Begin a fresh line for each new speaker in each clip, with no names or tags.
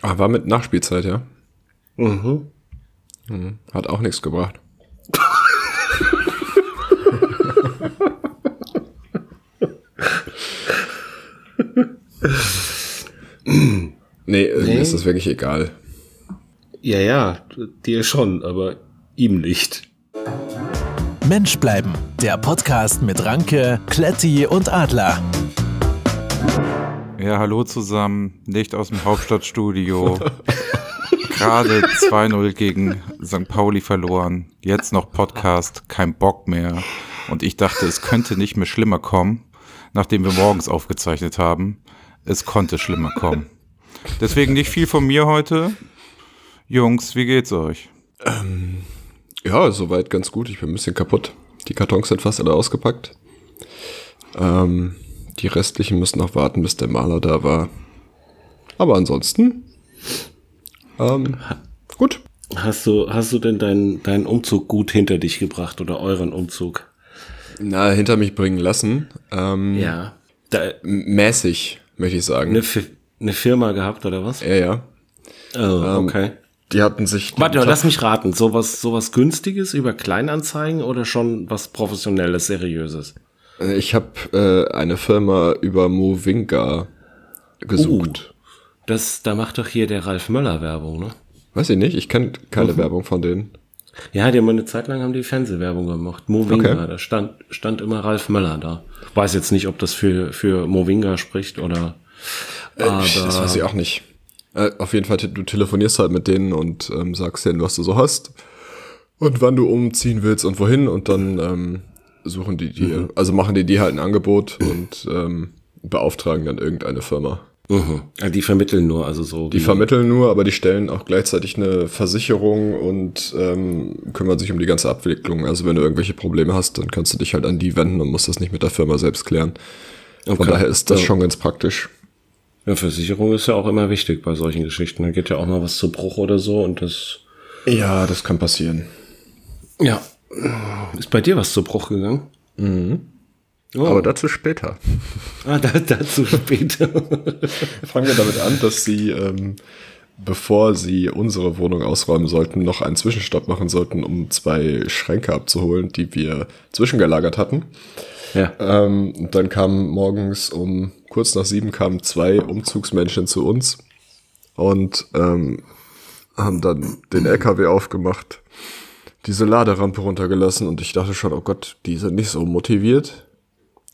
Ah, war mit Nachspielzeit, ja.
Mhm.
Mhm. Hat auch nichts gebracht. nee, irgendwie
Nee.
ist das wirklich egal.
Ja, ja, dir schon, aber ihm nicht.
Mensch bleiben, der Podcast mit Ranke, Kletti und Adler.
Ja, hallo zusammen. Nicht aus dem Hauptstadtstudio. Gerade 2-0 gegen St. Pauli verloren. Jetzt noch Podcast, kein Bock mehr. Und ich dachte, es könnte nicht mehr schlimmer kommen, nachdem wir morgens aufgezeichnet haben. Es konnte schlimmer kommen. Deswegen nicht viel von mir heute. Jungs, wie geht's euch?
Ja, soweit ganz gut. Ich bin ein bisschen kaputt. Die Kartons sind fast alle ausgepackt. Ähm, die restlichen müssen noch warten, bis der Maler da war. Aber ansonsten. Ähm, gut.
Hast du, hast du denn deinen, deinen Umzug gut hinter dich gebracht oder euren Umzug?
Na, hinter mich bringen lassen. Ähm,
Ja. Ne. Da,
m- Mäßig, möchte ich sagen.
eine, Fi- eine Firma gehabt oder was?
ja, ja.
Oh, okay.
Die hatten sich.
Warte mal, lass mich raten. Sowas, sowas günstiges über Kleinanzeigen oder schon was professionelles, seriöses?
Ich habe äh, eine Firma über Movinga gesucht.
Uh. Das, da macht doch hier der Ralf Möller Werbung, ne?
Weiß ich nicht, ich kenne keine Werbung von denen.
Ja, die haben eine Zeit lang haben die Fernsehwerbung gemacht. Movinga,
Okay.
da stand, stand immer Ralf Möller da. Weiß jetzt nicht, ob das für, für Movinga spricht oder.
Äh, das weiß ich auch nicht. Äh, auf jeden Fall, te- du telefonierst halt mit denen und ähm, sagst denen, was du so hast und wann du umziehen willst und wohin und dann ähm, suchen die dir,
Mhm.
also machen die dir halt ein Angebot und ähm, beauftragen dann irgendeine Firma.
Mhm. Also Die vermitteln nur, also so.
Die vermitteln nur, aber die stellen auch gleichzeitig eine Versicherung und ähm, kümmern sich um die ganze Abwicklung. Also wenn du irgendwelche Probleme hast, dann kannst du dich halt an die wenden und musst das nicht mit der Firma selbst klären. Von daher ist das
Ja.
schon ganz praktisch.
Ja, Versicherung ist ja auch immer wichtig bei solchen Geschichten. Da geht ja auch mal was zu Bruch oder so und das.
Ja, das kann passieren.
Ja. Ist bei dir was zu Bruch gegangen? Mhm. Oh.
Aber dazu später.
ah, da, dazu später.
Fangen wir damit an, dass sie, ähm, bevor sie unsere Wohnung ausräumen sollten, noch einen Zwischenstopp machen sollten, um zwei Schränke abzuholen, die wir zwischengelagert hatten.
ja.
Ähm, und dann kamen morgens um kurz nach sieben kamen zwei Umzugsmenschen zu uns und ähm, haben dann den LKW aufgemacht, diese Laderampe runtergelassen und ich dachte schon, oh Gott, die sind nicht so motiviert.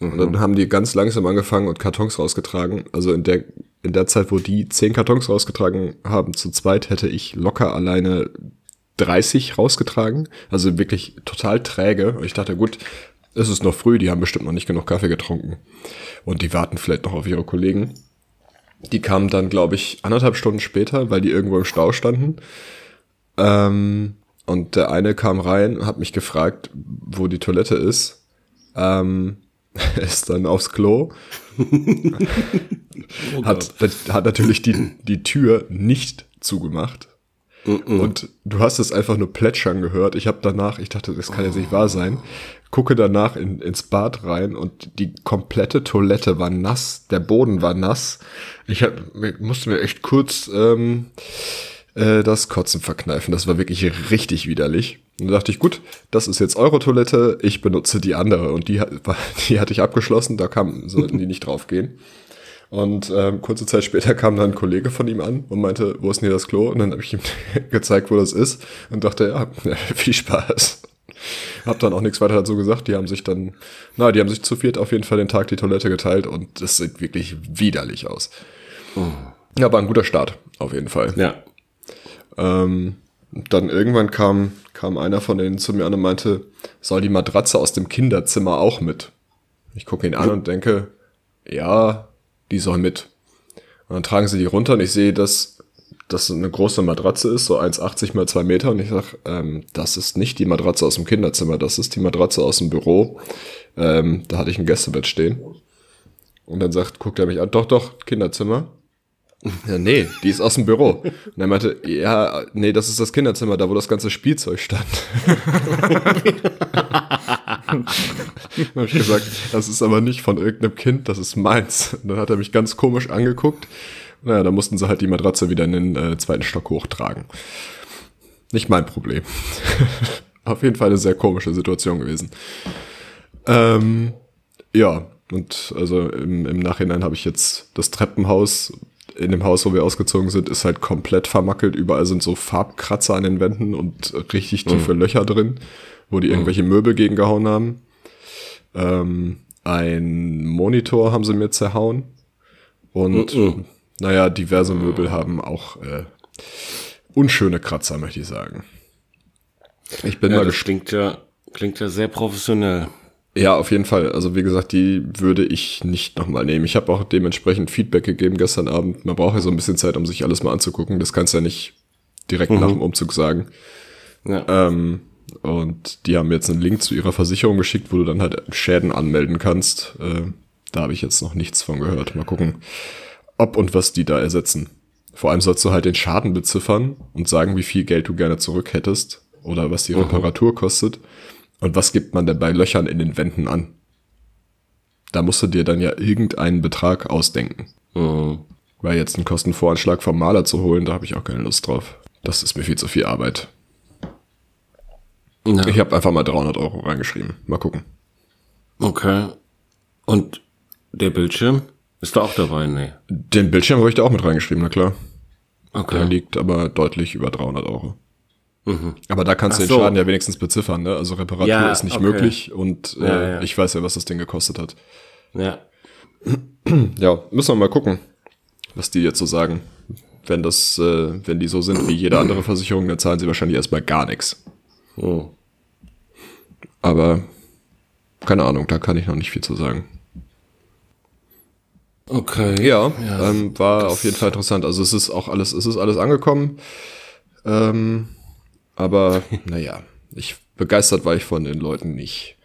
Und dann haben die ganz langsam angefangen und Kartons rausgetragen. Also in der, in der Zeit, wo die zehn Kartons rausgetragen haben, zu zweit hätte ich locker alleine 30 rausgetragen. Also wirklich total träge. Und ich dachte, gut, es ist noch früh, die haben bestimmt noch nicht genug Kaffee getrunken. Und die warten vielleicht noch auf ihre Kollegen. Die kamen dann, glaube ich, anderthalb Stunden später, weil die irgendwo im Stau standen. Ähm, und der eine kam rein und hat mich gefragt, wo die Toilette ist. Ähm, ist dann aufs Klo, hat, hat natürlich die, die Tür nicht zugemacht. Und du hast es einfach nur plätschern gehört. Ich habe danach, ich dachte, das kann jetzt nicht wahr sein, gucke danach in, ins Bad rein und die komplette Toilette war nass, der Boden war nass. Ich hab, mir- musste mir echt kurz ähm, äh, das Kotzen verkneifen. Das war wirklich richtig widerlich. Und da dachte ich, gut, das ist jetzt eure Toilette, ich benutze die andere. Und die, hat- war- die hatte ich abgeschlossen, da kam, sollten die nicht draufgehen. Und ähm, kurze Zeit später kam dann ein Kollege von ihm an und meinte, wo ist denn hier das Klo? Und dann habe ich ihm gezeigt, wo das ist und dachte, ja, viel Spaß. Hab dann auch nichts weiter dazu gesagt. Die haben sich dann, na, die haben sich zu viert auf jeden Fall den Tag die Toilette geteilt und das sieht wirklich widerlich aus. Ja, war ein guter Start, auf jeden Fall.
ja.
Ähm, dann irgendwann kam, kam einer von denen zu mir an und meinte, soll die Matratze aus dem Kinderzimmer auch mit? Ich gucke ihn an und denke, ja, die soll mit. Und dann tragen sie die runter und ich sehe, dass das eine große Matratze ist, so 1,80 mal 2 Meter. Und ich sage, ähm, das ist nicht die Matratze aus dem Kinderzimmer, das ist die Matratze aus dem Büro. Ähm, da hatte ich ein Gästebett stehen. Und dann sagt, guckt er mich an, doch, doch, Kinderzimmer. Ja, nee, die ist aus dem Büro. Und er meinte, ja, nee, das ist das Kinderzimmer, da wo das ganze Spielzeug stand. dann habe ich gesagt, das ist aber nicht von irgendeinem Kind, das ist meins. Und dann hat er mich ganz komisch angeguckt Naja, da mussten sie halt die Matratze wieder in den äh, zweiten Stock hochtragen. Nicht mein Problem. Auf jeden Fall eine sehr komische Situation gewesen. Ähm, ja, und also im, im Nachhinein habe ich jetzt das Treppenhaus, in dem Haus, wo wir ausgezogen sind, ist halt komplett vermackelt. Überall sind so Farbkratzer an den Wänden und richtig
Mhm.
tiefe Löcher drin, wo die irgendwelche Möbel gegengehauen haben. Ähm, ein Monitor haben sie mir zerhauen. Und
Mhm.
naja, diverse Möbel haben auch äh, unschöne Kratzer, möchte ich sagen. Ich bin
Ja,
mal
das
gespannt.
klingt ja, klingt ja sehr professionell.
Ja, auf jeden Fall. Also wie gesagt, die würde ich nicht nochmal nehmen. Ich habe auch dementsprechend Feedback gegeben gestern Abend. Man braucht ja so ein bisschen Zeit, um sich alles mal anzugucken. Das kannst du ja nicht direkt nach dem Umzug sagen.
Ja.
Ähm, und die haben jetzt einen Link zu ihrer Versicherung geschickt, wo du dann halt Schäden anmelden kannst. Äh, da habe ich jetzt noch nichts von gehört. Mal gucken, ob und was die da ersetzen. Vor allem sollst du halt den Schaden beziffern und sagen, wie viel Geld du gerne zurück hättest oder was die Reparatur kostet. Und was gibt man denn bei Löchern in den Wänden an? Da musst du dir dann ja irgendeinen Betrag ausdenken.
Mhm.
Weil jetzt einen Kostenvoranschlag vom Maler zu holen, da habe ich auch keine Lust drauf. Das ist mir viel zu viel Arbeit.
Ja.
Ich habe einfach mal 300 Euro reingeschrieben. Mal gucken.
Okay. Und der Bildschirm ist da auch dabei? Nee.
Den Bildschirm habe ich da auch mit reingeschrieben, na klar. Der
Okay.
liegt aber deutlich über 300 Euro. Aber da kannst du
Mhm. Ach
den
so.
Schaden ja wenigstens beziffern, ne? Also Reparatur
Ja,
ist nicht
okay.
möglich und äh,
Ja, ja.
ich weiß ja, was das Ding gekostet hat.
Ja.
Ja, müssen wir mal gucken, was die jetzt so sagen. Wenn das, äh, wenn die so sind wie jede andere Versicherung, dann zahlen sie wahrscheinlich erstmal gar nichts.
Oh.
Aber keine Ahnung, da kann ich noch nicht viel zu sagen.
Okay.
Ja, ähm, war auf jeden Fall interessant. Also es ist auch alles, es ist alles angekommen. Ähm, aber naja, ich begeistert war ich von den Leuten nicht.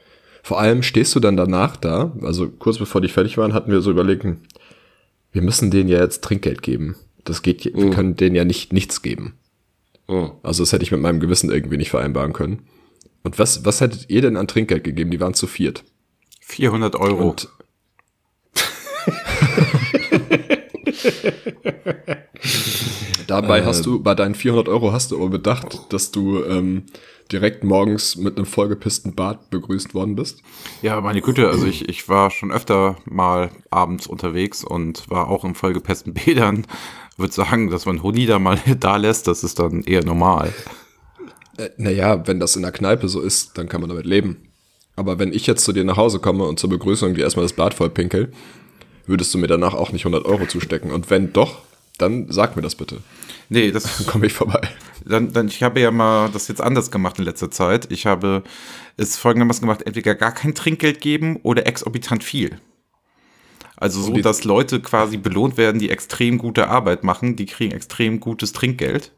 Vor allem stehst du dann danach da, also kurz bevor die fertig waren, hatten wir so überlegt, hm, wir müssen denen ja jetzt Trinkgeld geben. Das geht, je- wir können denen ja nicht nichts geben.
Oh.
Also das hätte ich mit meinem Gewissen irgendwie nicht vereinbaren können. Und was, was hättet ihr denn an Trinkgeld gegeben? Die waren zu viert.
400 Euro.
Und Dabei hast du, bei deinen 400 Euro hast du aber bedacht, dass du ähm, direkt morgens mit einem vollgepissten Bart begrüßt worden bist.
Ja, meine Güte, also ich, ich war schon öfter mal abends unterwegs und war auch in vollgepesten Bädern. Würde sagen, dass man Hoodie da mal da lässt, das ist dann eher normal.
Äh, naja, wenn das in der Kneipe so ist, dann kann man damit leben. Aber wenn ich jetzt zu dir nach Hause komme und zur Begrüßung dir erstmal das Bad voll pinkel, würdest du mir danach auch nicht 100 Euro zustecken. Und wenn doch, dann sag mir das bitte.
Nee, das,
Komme ich vorbei.
dann, dann, ich habe ja mal das jetzt anders gemacht in letzter Zeit. Ich habe es folgendermaßen gemacht, entweder gar kein Trinkgeld geben oder exorbitant viel. Also so,
die-
dass Leute quasi belohnt werden, die extrem gute Arbeit machen, die kriegen extrem gutes Trinkgeld.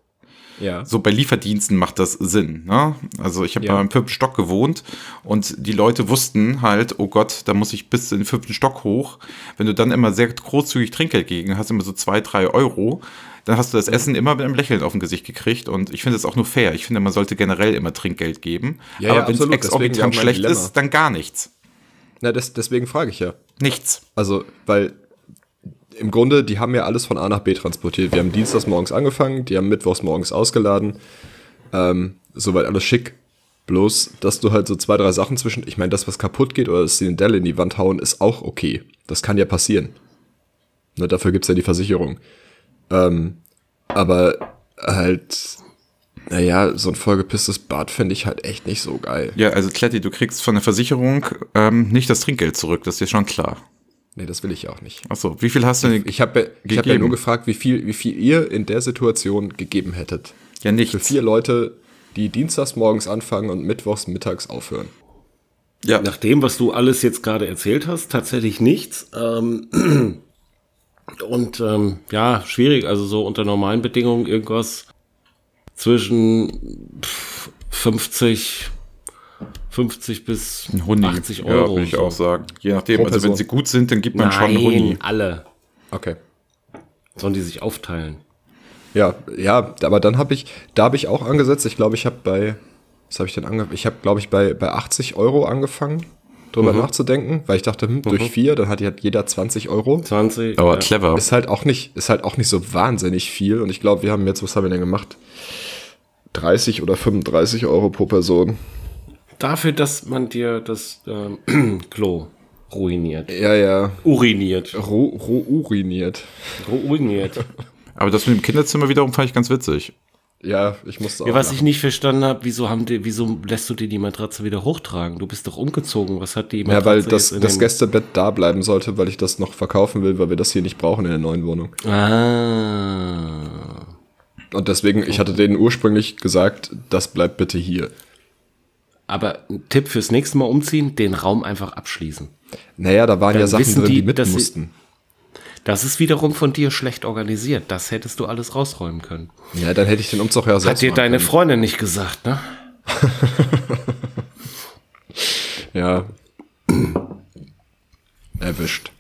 Ja.
so bei Lieferdiensten macht das Sinn. Ne? Also ich habe
Ja.
mal im fünften Stock gewohnt und die Leute wussten halt, oh Gott, da muss ich bis in den fünften Stock hoch. Wenn du dann immer sehr großzügig Trinkgeld gegen hast, immer so zwei, drei Euro, dann hast du das Essen immer mit einem Lächeln auf dem Gesicht gekriegt und ich finde das auch nur fair. Ich finde, man sollte generell immer Trinkgeld geben.
Ja,
Aber
ja,
wenn es
absolut. Deswegen ja auch
exorbitant
mein
schlecht
Dilemma.
ist, dann gar nichts.
Na, des, deswegen frage ich ja.
Nichts.
Also, weil im Grunde, die haben ja alles von A nach B transportiert. Wir haben dienstags morgens angefangen, die haben mittwochs morgens ausgeladen. Ähm, soweit alles schick. Bloß, dass du halt so zwei, drei Sachen zwischen. Ich meine, das, was kaputt geht oder dass sie eine Delle in die Wand hauen, ist auch okay. Das kann ja passieren. Ne, dafür gibt's ja die Versicherung. Ähm, aber halt, naja, so ein vollgepisstes Bad finde ich halt echt nicht so geil.
Ja, also Kletti, du kriegst von der Versicherung ähm, nicht das Trinkgeld zurück, das ist dir schon klar.
Nee, das will ich auch nicht.
Achso, wie viel hast du denn?
Ich habe ich hab ja
Gegeben.
nur gefragt, wie viel, wie viel ihr in der Situation gegeben hättet.
ja,
Für
nichts.
vier Leute, die dienstags morgens anfangen und mittwochs mittags aufhören.
Ja.
Nach dem, was du alles jetzt gerade erzählt hast, tatsächlich nichts. Ähm, und ähm, ja, schwierig. Also so unter normalen Bedingungen irgendwas zwischen pff, 50, 50 bis
Ein Hundi.
80 Euro.
Ja, würde ich
so.
auch sagen. Je nachdem,
Pro
also
Person.
wenn sie gut sind, dann gibt man
Nein,
schon einen Hundi.
alle.
Okay.
Sollen die sich aufteilen?
Ja, ja, aber dann habe ich, da habe ich auch angesetzt. Ich glaube, ich habe bei, was habe ich denn angefangen? Ich habe, glaube ich, bei, bei 80 Euro angefangen. drüber nachzudenken, weil ich dachte, hm, durch vier, dann hat ja jeder 20 Euro.
20.
Aber
ja.
clever.
Ist halt auch nicht, ist halt auch nicht so wahnsinnig viel. Und ich glaube, wir haben jetzt, was haben wir denn gemacht? 30 oder 35 Euro pro Person.
Dafür, dass man dir das ähm, Klo ruiniert.
Ja, ja.
Uriniert.
Ru, ru uriniert.
Ruiniert.
Aber das mit dem Kinderzimmer wiederum fand ich ganz witzig.
Ja, ich musste auch.
Ja, was
lachen.
ich nicht verstanden habe, wieso, haben die, wieso lässt du dir die Matratze wieder hochtragen? Du bist doch umgezogen. Was hat die Matratze
ja, weil
jetzt
das,
in
das
dem-
Gästebett da bleiben sollte, weil ich das noch verkaufen will, weil wir das hier nicht brauchen in der neuen Wohnung.
Ah.
Und deswegen, ich hatte denen ursprünglich gesagt, das bleibt bitte hier.
Aber ein Tipp fürs nächste Mal umziehen, den Raum einfach abschließen.
Naja, da waren
Dann
ja Sachen
wissen
drin, die,
die,
mit
dass sie-
mussten.
Das ist wiederum von dir schlecht organisiert. Das hättest du alles rausräumen können.
Ja, dann hätte ich den Umzug ja
Hat
selbst
dir
machen
deine
können.
Freundin nicht gesagt, ne?
Ja. Erwischt.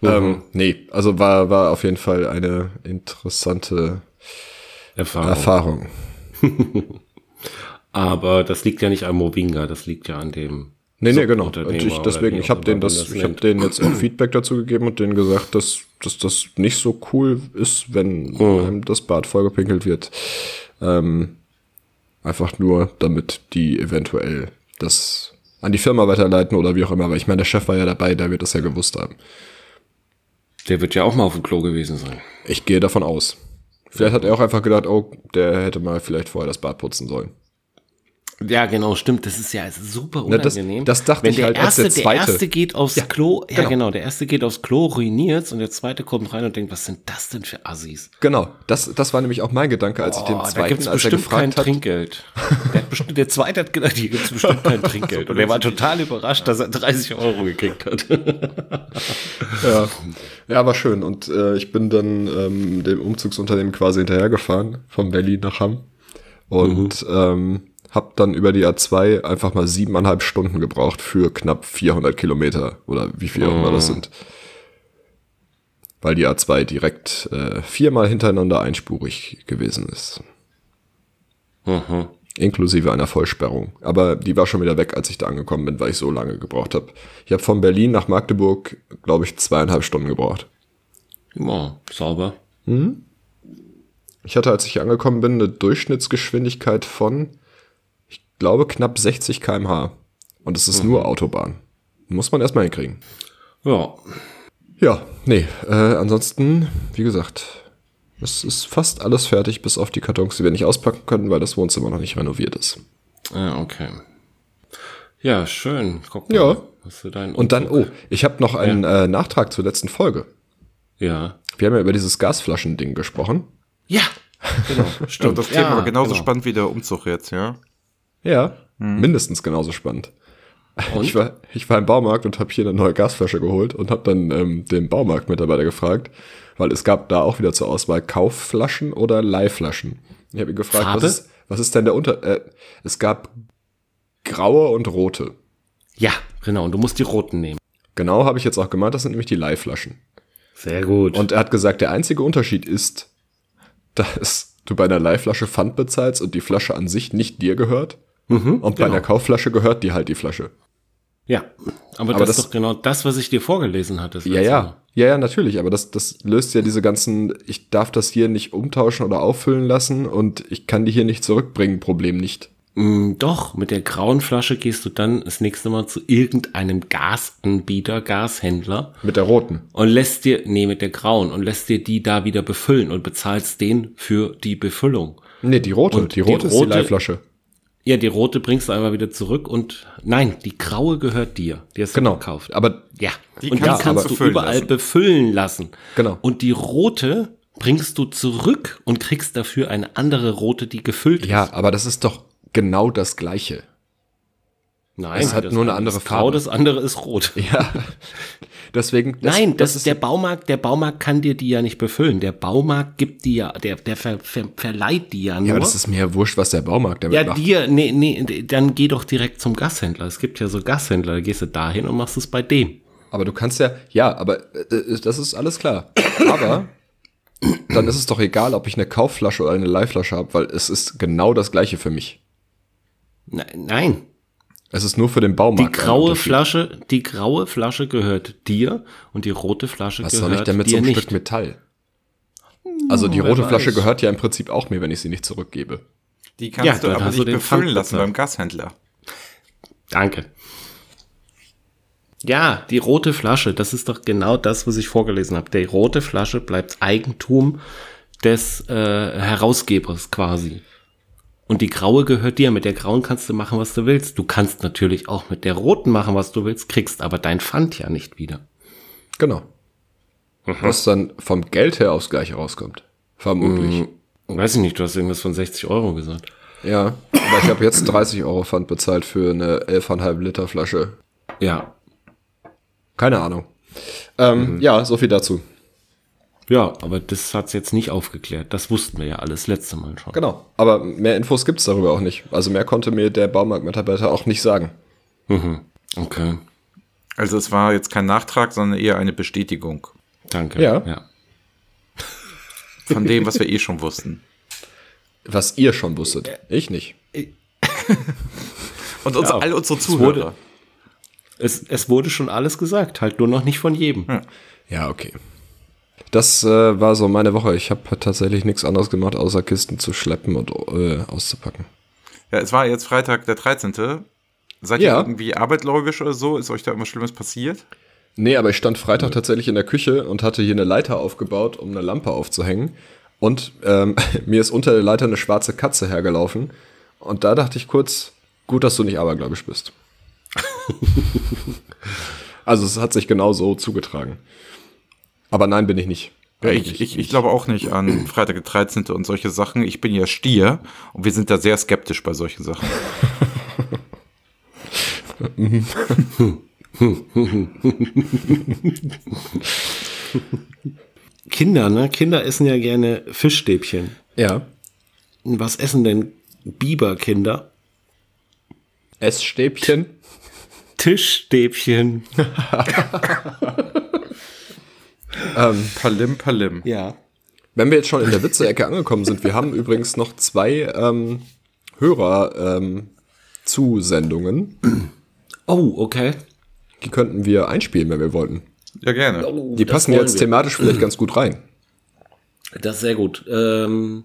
Mhm.
Ähm, nee, also war, war auf jeden Fall eine interessante
Erfahrung.
Erfahrung.
Aber das liegt ja nicht an Movinga, das liegt ja an dem.
Nee, nee, genau. Und
Subunternehmer
ich,
oder
deswegen,
wie
ich
auch
habe denen
immer man
das, ich
nennt.
habe denen jetzt auch Feedback dazu gegeben und denen gesagt, dass, dass das nicht so cool ist, wenn
Hm.
einem das Bad vollgepinkelt wird. Ähm, einfach nur, damit die eventuell das an die Firma weiterleiten oder wie auch immer. Weil ich meine, der Chef war ja dabei, der wird das ja gewusst haben.
Der wird ja auch mal auf dem Klo gewesen sein.
Ich gehe davon aus. Vielleicht hat er auch einfach gedacht, oh, der hätte mal vielleicht vorher das Bad putzen sollen.
Ja, genau, stimmt. Das ist ja super
Na, das-
unangenehm.
das dachte
Wenn
ich
der
halt, als
erste,
der Zweite-
erste geht aufs Klo, ja
genau.
genau. der erste geht aufs Klo, ruiniert's und der zweite kommt rein und denkt, was sind das denn für Assis?
Genau, das, das war nämlich auch mein Gedanke, als ich dem
Oh, da
zweiten,
gibt's
als er
bestimmt kein
gefragt hat,
Trinkgeld. Der, hat bestimmt, der zweite hat gedacht, hier gibt's bestimmt kein Trinkgeld. Und der war total überrascht, dass er 30 Euro gekriegt hat.
Ja, ja war schön. Und äh, ich bin dann ähm, dem Umzugsunternehmen quasi hinterhergefahren, von Berlin nach Hamm. Und ähm, hab dann über die A2 einfach mal siebeneinhalb Stunden gebraucht für knapp 400 Kilometer oder wie viel auch immer das sind. Weil die A2 direkt äh, viermal hintereinander einspurig gewesen ist. Mhm. Inklusive einer Vollsperrung. Aber die war schon wieder weg, als ich da angekommen bin, weil ich so lange gebraucht habe. Ich habe von Berlin nach Magdeburg, glaube ich, zweieinhalb Stunden gebraucht.
Ja, sauber.
Ich hatte, als ich hier angekommen bin, eine Durchschnittsgeschwindigkeit von, ich glaube, knapp 60 km/h. Und es ist nur Autobahn. Muss man erstmal hinkriegen.
Ja,
Ja, nee. Äh, ansonsten, wie gesagt, es ist fast alles fertig, bis auf die Kartons, die wir nicht auspacken können, weil das Wohnzimmer noch nicht renoviert ist.
Ah, okay. Ja, schön. Guck mal.
Ja.
Hast du deinen
Und dann,
Umzug.
oh, ich habe noch einen äh, Nachtrag zur letzten Folge.
Ja.
Wir haben ja über dieses Gasflaschending gesprochen.
Ja. Genau. Stimmt.
Das Thema
ja,
war genauso
genau.
spannend wie der Umzug jetzt, ja?
Ja. Mindestens genauso spannend.
Mhm. Und?
Ich war, ich war im Baumarkt und habe hier eine neue Gasflasche geholt und habe dann ähm, den Baumarktmitarbeiter gefragt, weil es gab da auch wieder zur Auswahl Kaufflaschen oder Leihflaschen. Ich habe ihn gefragt, was
Farbe?
ist, was ist denn der Unter... Äh, es gab graue und rote.
Ja, genau. Und du musst die roten nehmen.
Genau habe ich jetzt auch gemeint, das sind nämlich die Leihflaschen.
Sehr gut.
Und er hat gesagt, der einzige Unterschied ist, dass du bei einer Leihflasche Pfand bezahlst und die Flasche an sich nicht dir gehört.
Mhm,
und bei
genau.
einer Kaufflasche gehört dir halt die Flasche.
ja. Aber,
Aber
das,
das-
ist doch genau das, was ich dir vorgelesen hatte. das
Ja,
letzte
ja.
Mal.
Ja, ja, natürlich, aber das, das löst ja diese ganzen, ich darf das hier nicht umtauschen oder auffüllen lassen und ich kann die hier nicht zurückbringen, Problem nicht.
Mm, doch, mit der grauen Flasche gehst du dann das nächste Mal zu irgendeinem Gasanbieter, Gashändler
Mit der roten.
und lässt dir, nee, mit der grauen und lässt dir die da wieder befüllen und bezahlst den für die Befüllung.
Nee, die rote.
Und
die
die
rote ist die
rote-
Leihflasche.
Ja, die rote bringst du einmal wieder zurück und nein, die graue gehört dir. Die hast du
Genau.
gekauft.
Aber
ja,
Die
und die
kannst du
kannst
aber
du
befüllen
überall
lassen.
befüllen lassen.
Genau.
Und die rote bringst du zurück und kriegst dafür eine andere rote, die gefüllt ist.
ja, aber das ist doch genau das Gleiche.
Nein,
es hat
das
nur eine
eine
andere
ist grau,
Farbe.
das andere ist rot.
Ja. Deswegen.
Nein, das, ist der
der
Baumarkt, der Baumarkt kann dir die ja nicht befüllen. Der Baumarkt gibt die ja, der, der ver, ver, verleiht die ja nur.
Ja, aber das ist mir ja wurscht, was der Baumarkt damit
Ja,
macht.
dir, nee, nee, dann geh doch direkt zum Gashändler. Es gibt ja so Gashändler, da gehst du dahin und machst es bei dem.
Aber du kannst ja, ja, aber äh, äh, das ist alles klar. Aber dann ist es doch egal, ob ich eine Kaufflasche oder eine Leihflasche habe, weil es ist genau das Gleiche für mich.
Nein, nein.
Es ist nur für den Baumarkt.
Die graue Flasche, die graue Flasche gehört dir und die rote Flasche
Was
gehört
soll ich denn mit so
dir
einem
nicht. Hm,
Stück Metall? Also die
wer
rote
weiß.
Flasche gehört ja im Prinzip auch mir, wenn ich sie nicht zurückgebe.
Die
Ja,
kannst
dann
du aber
hast
nicht
du den
befüllen
Pfand
lassen
bezahlt.
beim Gashändler.
Danke. Ja, die rote Flasche, das ist doch genau das, was ich vorgelesen habe. Die rote Flasche bleibt Eigentum des äh, Herausgebers quasi. Und die graue gehört dir. Mit der grauen kannst du machen, was du willst. Du kannst natürlich auch mit der roten machen, was du willst, kriegst aber dein Pfand ja nicht wieder.
Genau.
Mhm.
Was dann vom Geld her aufs Gleiche rauskommt.
Mhm.
Vermutlich.
Weiß ich nicht, du hast irgendwas von 60 Euro gesagt.
Ja. Aber ich habe jetzt 30 Euro Pfand bezahlt für eine 11,5 Liter Flasche.
Ja.
Keine Ahnung. Ähm,
Mhm.
Ja, so viel dazu.
Ja, aber das hat's jetzt nicht aufgeklärt. Das wussten wir ja alles letzte Mal schon.
Genau. Aber mehr Infos gibt's darüber auch nicht. Also mehr konnte mir der Baumarktmitarbeiter auch nicht sagen.
Okay,
Also es war jetzt kein Nachtrag, sondern eher eine Bestätigung
danke.
Ja.
ja.
von dem, was wir eh schon wussten.
Was ihr schon wusstet.
Äh,
Ich nicht.
Und uns,
Ja,
all unsere
es
Zuhörer.
wurde- Es, es wurde schon alles gesagt, halt nur noch nicht von jedem.
Ja, okay. Das äh, war so meine Woche. Ich habe tatsächlich nichts anderes gemacht, außer Kisten zu schleppen und äh, auszupacken.
Ja, es war jetzt Freitag der 13. Seid
Ja.
ihr irgendwie arbeitläubisch oder so? Ist euch da irgendwas Schlimmes passiert?
Nee, aber ich stand Freitag tatsächlich in der Küche und hatte hier eine Leiter aufgebaut, um eine Lampe aufzuhängen. Und ähm, mir ist unter der Leiter eine schwarze Katze hergelaufen. Und da dachte ich kurz, gut, dass du nicht abergläubisch bist. also es hat sich genau so zugetragen. Aber nein, bin ich nicht.
Ja, ich,
Eigentlich
ich, ich
nicht.
glaube auch nicht an Freitag der 13. und solche Sachen. Ich bin ja Stier und wir sind da sehr skeptisch bei solchen Sachen.
Kinder, ne? Kinder essen ja gerne Fischstäbchen.
Ja.
Und was essen denn Biberkinder?
Essstäbchen.
Tischstäbchen.
Palim, palim.
Ja.
Wenn wir jetzt schon in der Witze-Ecke angekommen sind, wir haben übrigens noch zwei ähm, Hörer-Zusendungen.
Oh, okay.
die könnten wir einspielen, wenn wir wollten.
Ja, gerne.
Oh,
Die
das
passen
wollen
jetzt
wir.
thematisch vielleicht ganz gut rein.
Das ist sehr gut. Ähm,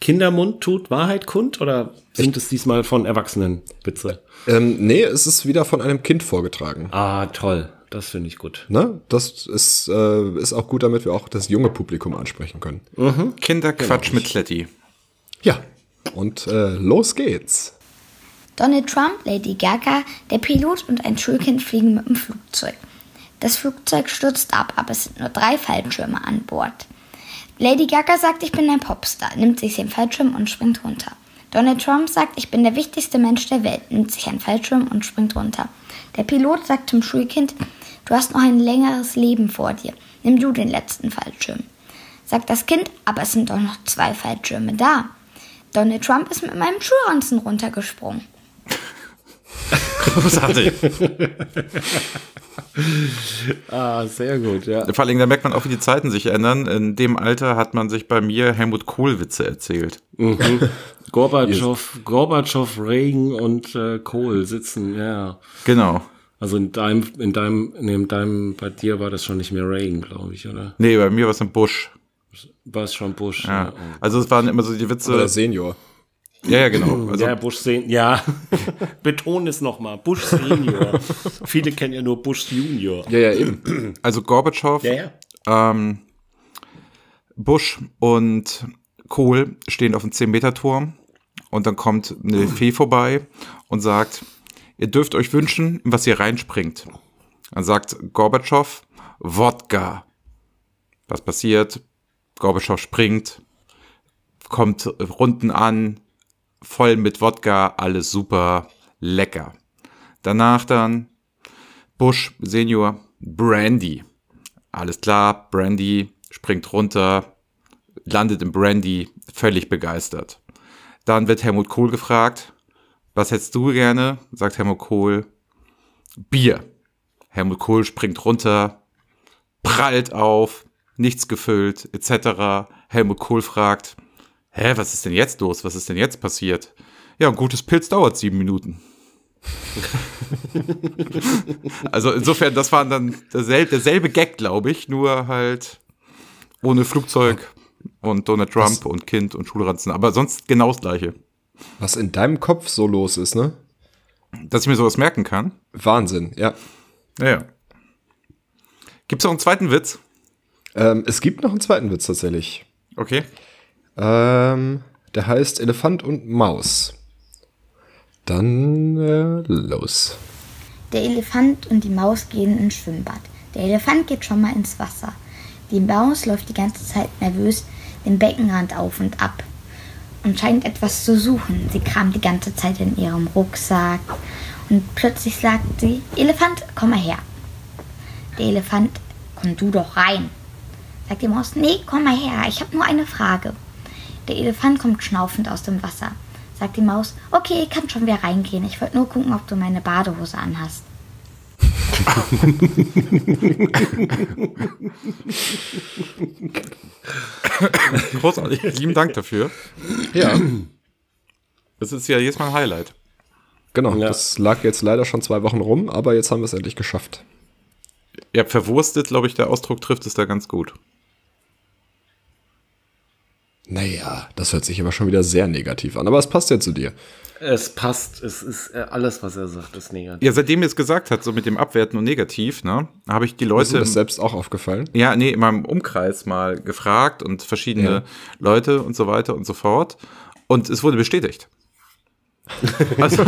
Kindermund tut Wahrheit kund oder sind es diesmal von Erwachsenen? Bitte.
Ähm, nee, es ist wieder von einem Kind vorgetragen.
Ah, toll. Das finde ich gut.
Ne? Das ist, äh, ist auch gut, damit wir auch das junge Publikum ansprechen können.
Kinderquatsch
Genau.
mit Kletti.
Ja. Und äh, los geht's.
Donald Trump, Lady Gaga, der Pilot und ein Schulkind fliegen mit dem Flugzeug. Das Flugzeug stürzt ab, aber es sind nur drei Fallschirme an Bord. Lady Gaga sagt, ich bin ein Popstar, nimmt sich den Fallschirm und springt runter. Donald Trump sagt, ich bin der wichtigste Mensch der Welt, nimmt sich einen Fallschirm und springt runter. Der Pilot sagt zum Schulkind, du hast noch ein längeres Leben vor dir, nimm du den letzten Fallschirm. Sagt das Kind, aber es sind doch noch zwei Fallschirme da. Donald Trump ist mit meinem Schulranzen runtergesprungen.
Großartig.
Ah, sehr gut, ja.
Vor allem, da merkt man auch, wie die Zeiten sich ändern. In dem Alter hat man sich bei mir Helmut Kohl-Witze erzählt.
Gorbatschow, Gorbatschow, Reagan und äh, Kohl sitzen, ja.
Genau.
Also in deinem, in deinem, nee, in deinem, bei dir war das schon nicht mehr Reagan, glaube ich, oder?
Nee, bei mir war es ein Busch.
War es schon Bush?
Ja.
ne?
Also es waren immer so die Witze.
Oder Senior.
ja, ja, genau. Also
ja, Bush sehen, ja. Beton es nochmal. Bush Senior. Viele kennen ja nur Bush Junior.
Ja, ja, eben.
Also Gorbatschow,
Ja, ja.
Ähm, Bush und Kohl stehen auf dem 10-Meter-Turm und dann kommt eine Fee vorbei und sagt, ihr dürft euch wünschen, in was ihr reinspringt. Dann sagt Gorbatschow, Wodka. Was passiert? Gorbatschow springt, kommt Runden an, voll mit Wodka, alles super, lecker. Danach dann Bush Senior, Brandy. Alles klar, Brandy springt runter, landet im Brandy, völlig begeistert. Dann wird Helmut Kohl gefragt, was hättest du gerne? Sagt Helmut Kohl, Bier. Helmut Kohl springt runter, prallt auf, nichts gefüllt, etc. Helmut Kohl fragt, hä, was ist denn jetzt los? Was ist denn jetzt passiert? Ja, ein gutes Pilz dauert sieben Minuten. Also insofern, das waren dann derselbe, derselbe Gag, glaube ich, nur halt ohne Flugzeug und Donald Trump und Kind und Schulranzen. Aber sonst genau das gleiche.
Was in deinem Kopf so los ist, ne?
Dass ich mir sowas merken kann.
Wahnsinn, ja.
Ja, ja. Gibt es auch einen zweiten Witz?
Ähm, es gibt noch einen zweiten Witz tatsächlich.
Okay.
Ähm, der heißt Elefant und Maus. Dann äh, los.
Der Elefant und die Maus gehen ins Schwimmbad. Der Elefant geht schon mal ins Wasser. Die Maus läuft die ganze Zeit nervös den Beckenrand auf und ab und scheint etwas zu suchen. Sie kramt die ganze Zeit in ihrem Rucksack und plötzlich sagt sie, Elefant, komm mal her. Der Elefant, komm du doch rein. Sagt die Maus, nee, komm mal her, ich habe nur eine Frage. Der Elefant kommt schnaufend aus dem Wasser. Sagt die Maus, okay, ich kann schon wieder reingehen. Ich wollte nur gucken, ob du meine Badehose anhast.
Großartig. Lieben Dank dafür.
Ja,
Das ist ja jedes Mal ein Highlight.
genau.
Ja.
Das lag jetzt leider schon zwei Wochen rum, aber jetzt haben wir es endlich geschafft.
Ja, verwurstet, glaube ich, der Ausdruck trifft es da ganz gut.
Naja, das hört sich aber schon wieder sehr negativ an, aber es passt ja zu dir.
Es passt. Es ist äh, alles, was er sagt, ist negativ.
Ja, seitdem ihr es gesagt hat, so mit dem Abwerten und Negativ, ne, habe ich die
Ist dir
Leute,
das selbst auch aufgefallen?
ja, nee, in meinem Umkreis mal gefragt und verschiedene Leute und so weiter und so fort. Und es wurde bestätigt. Also,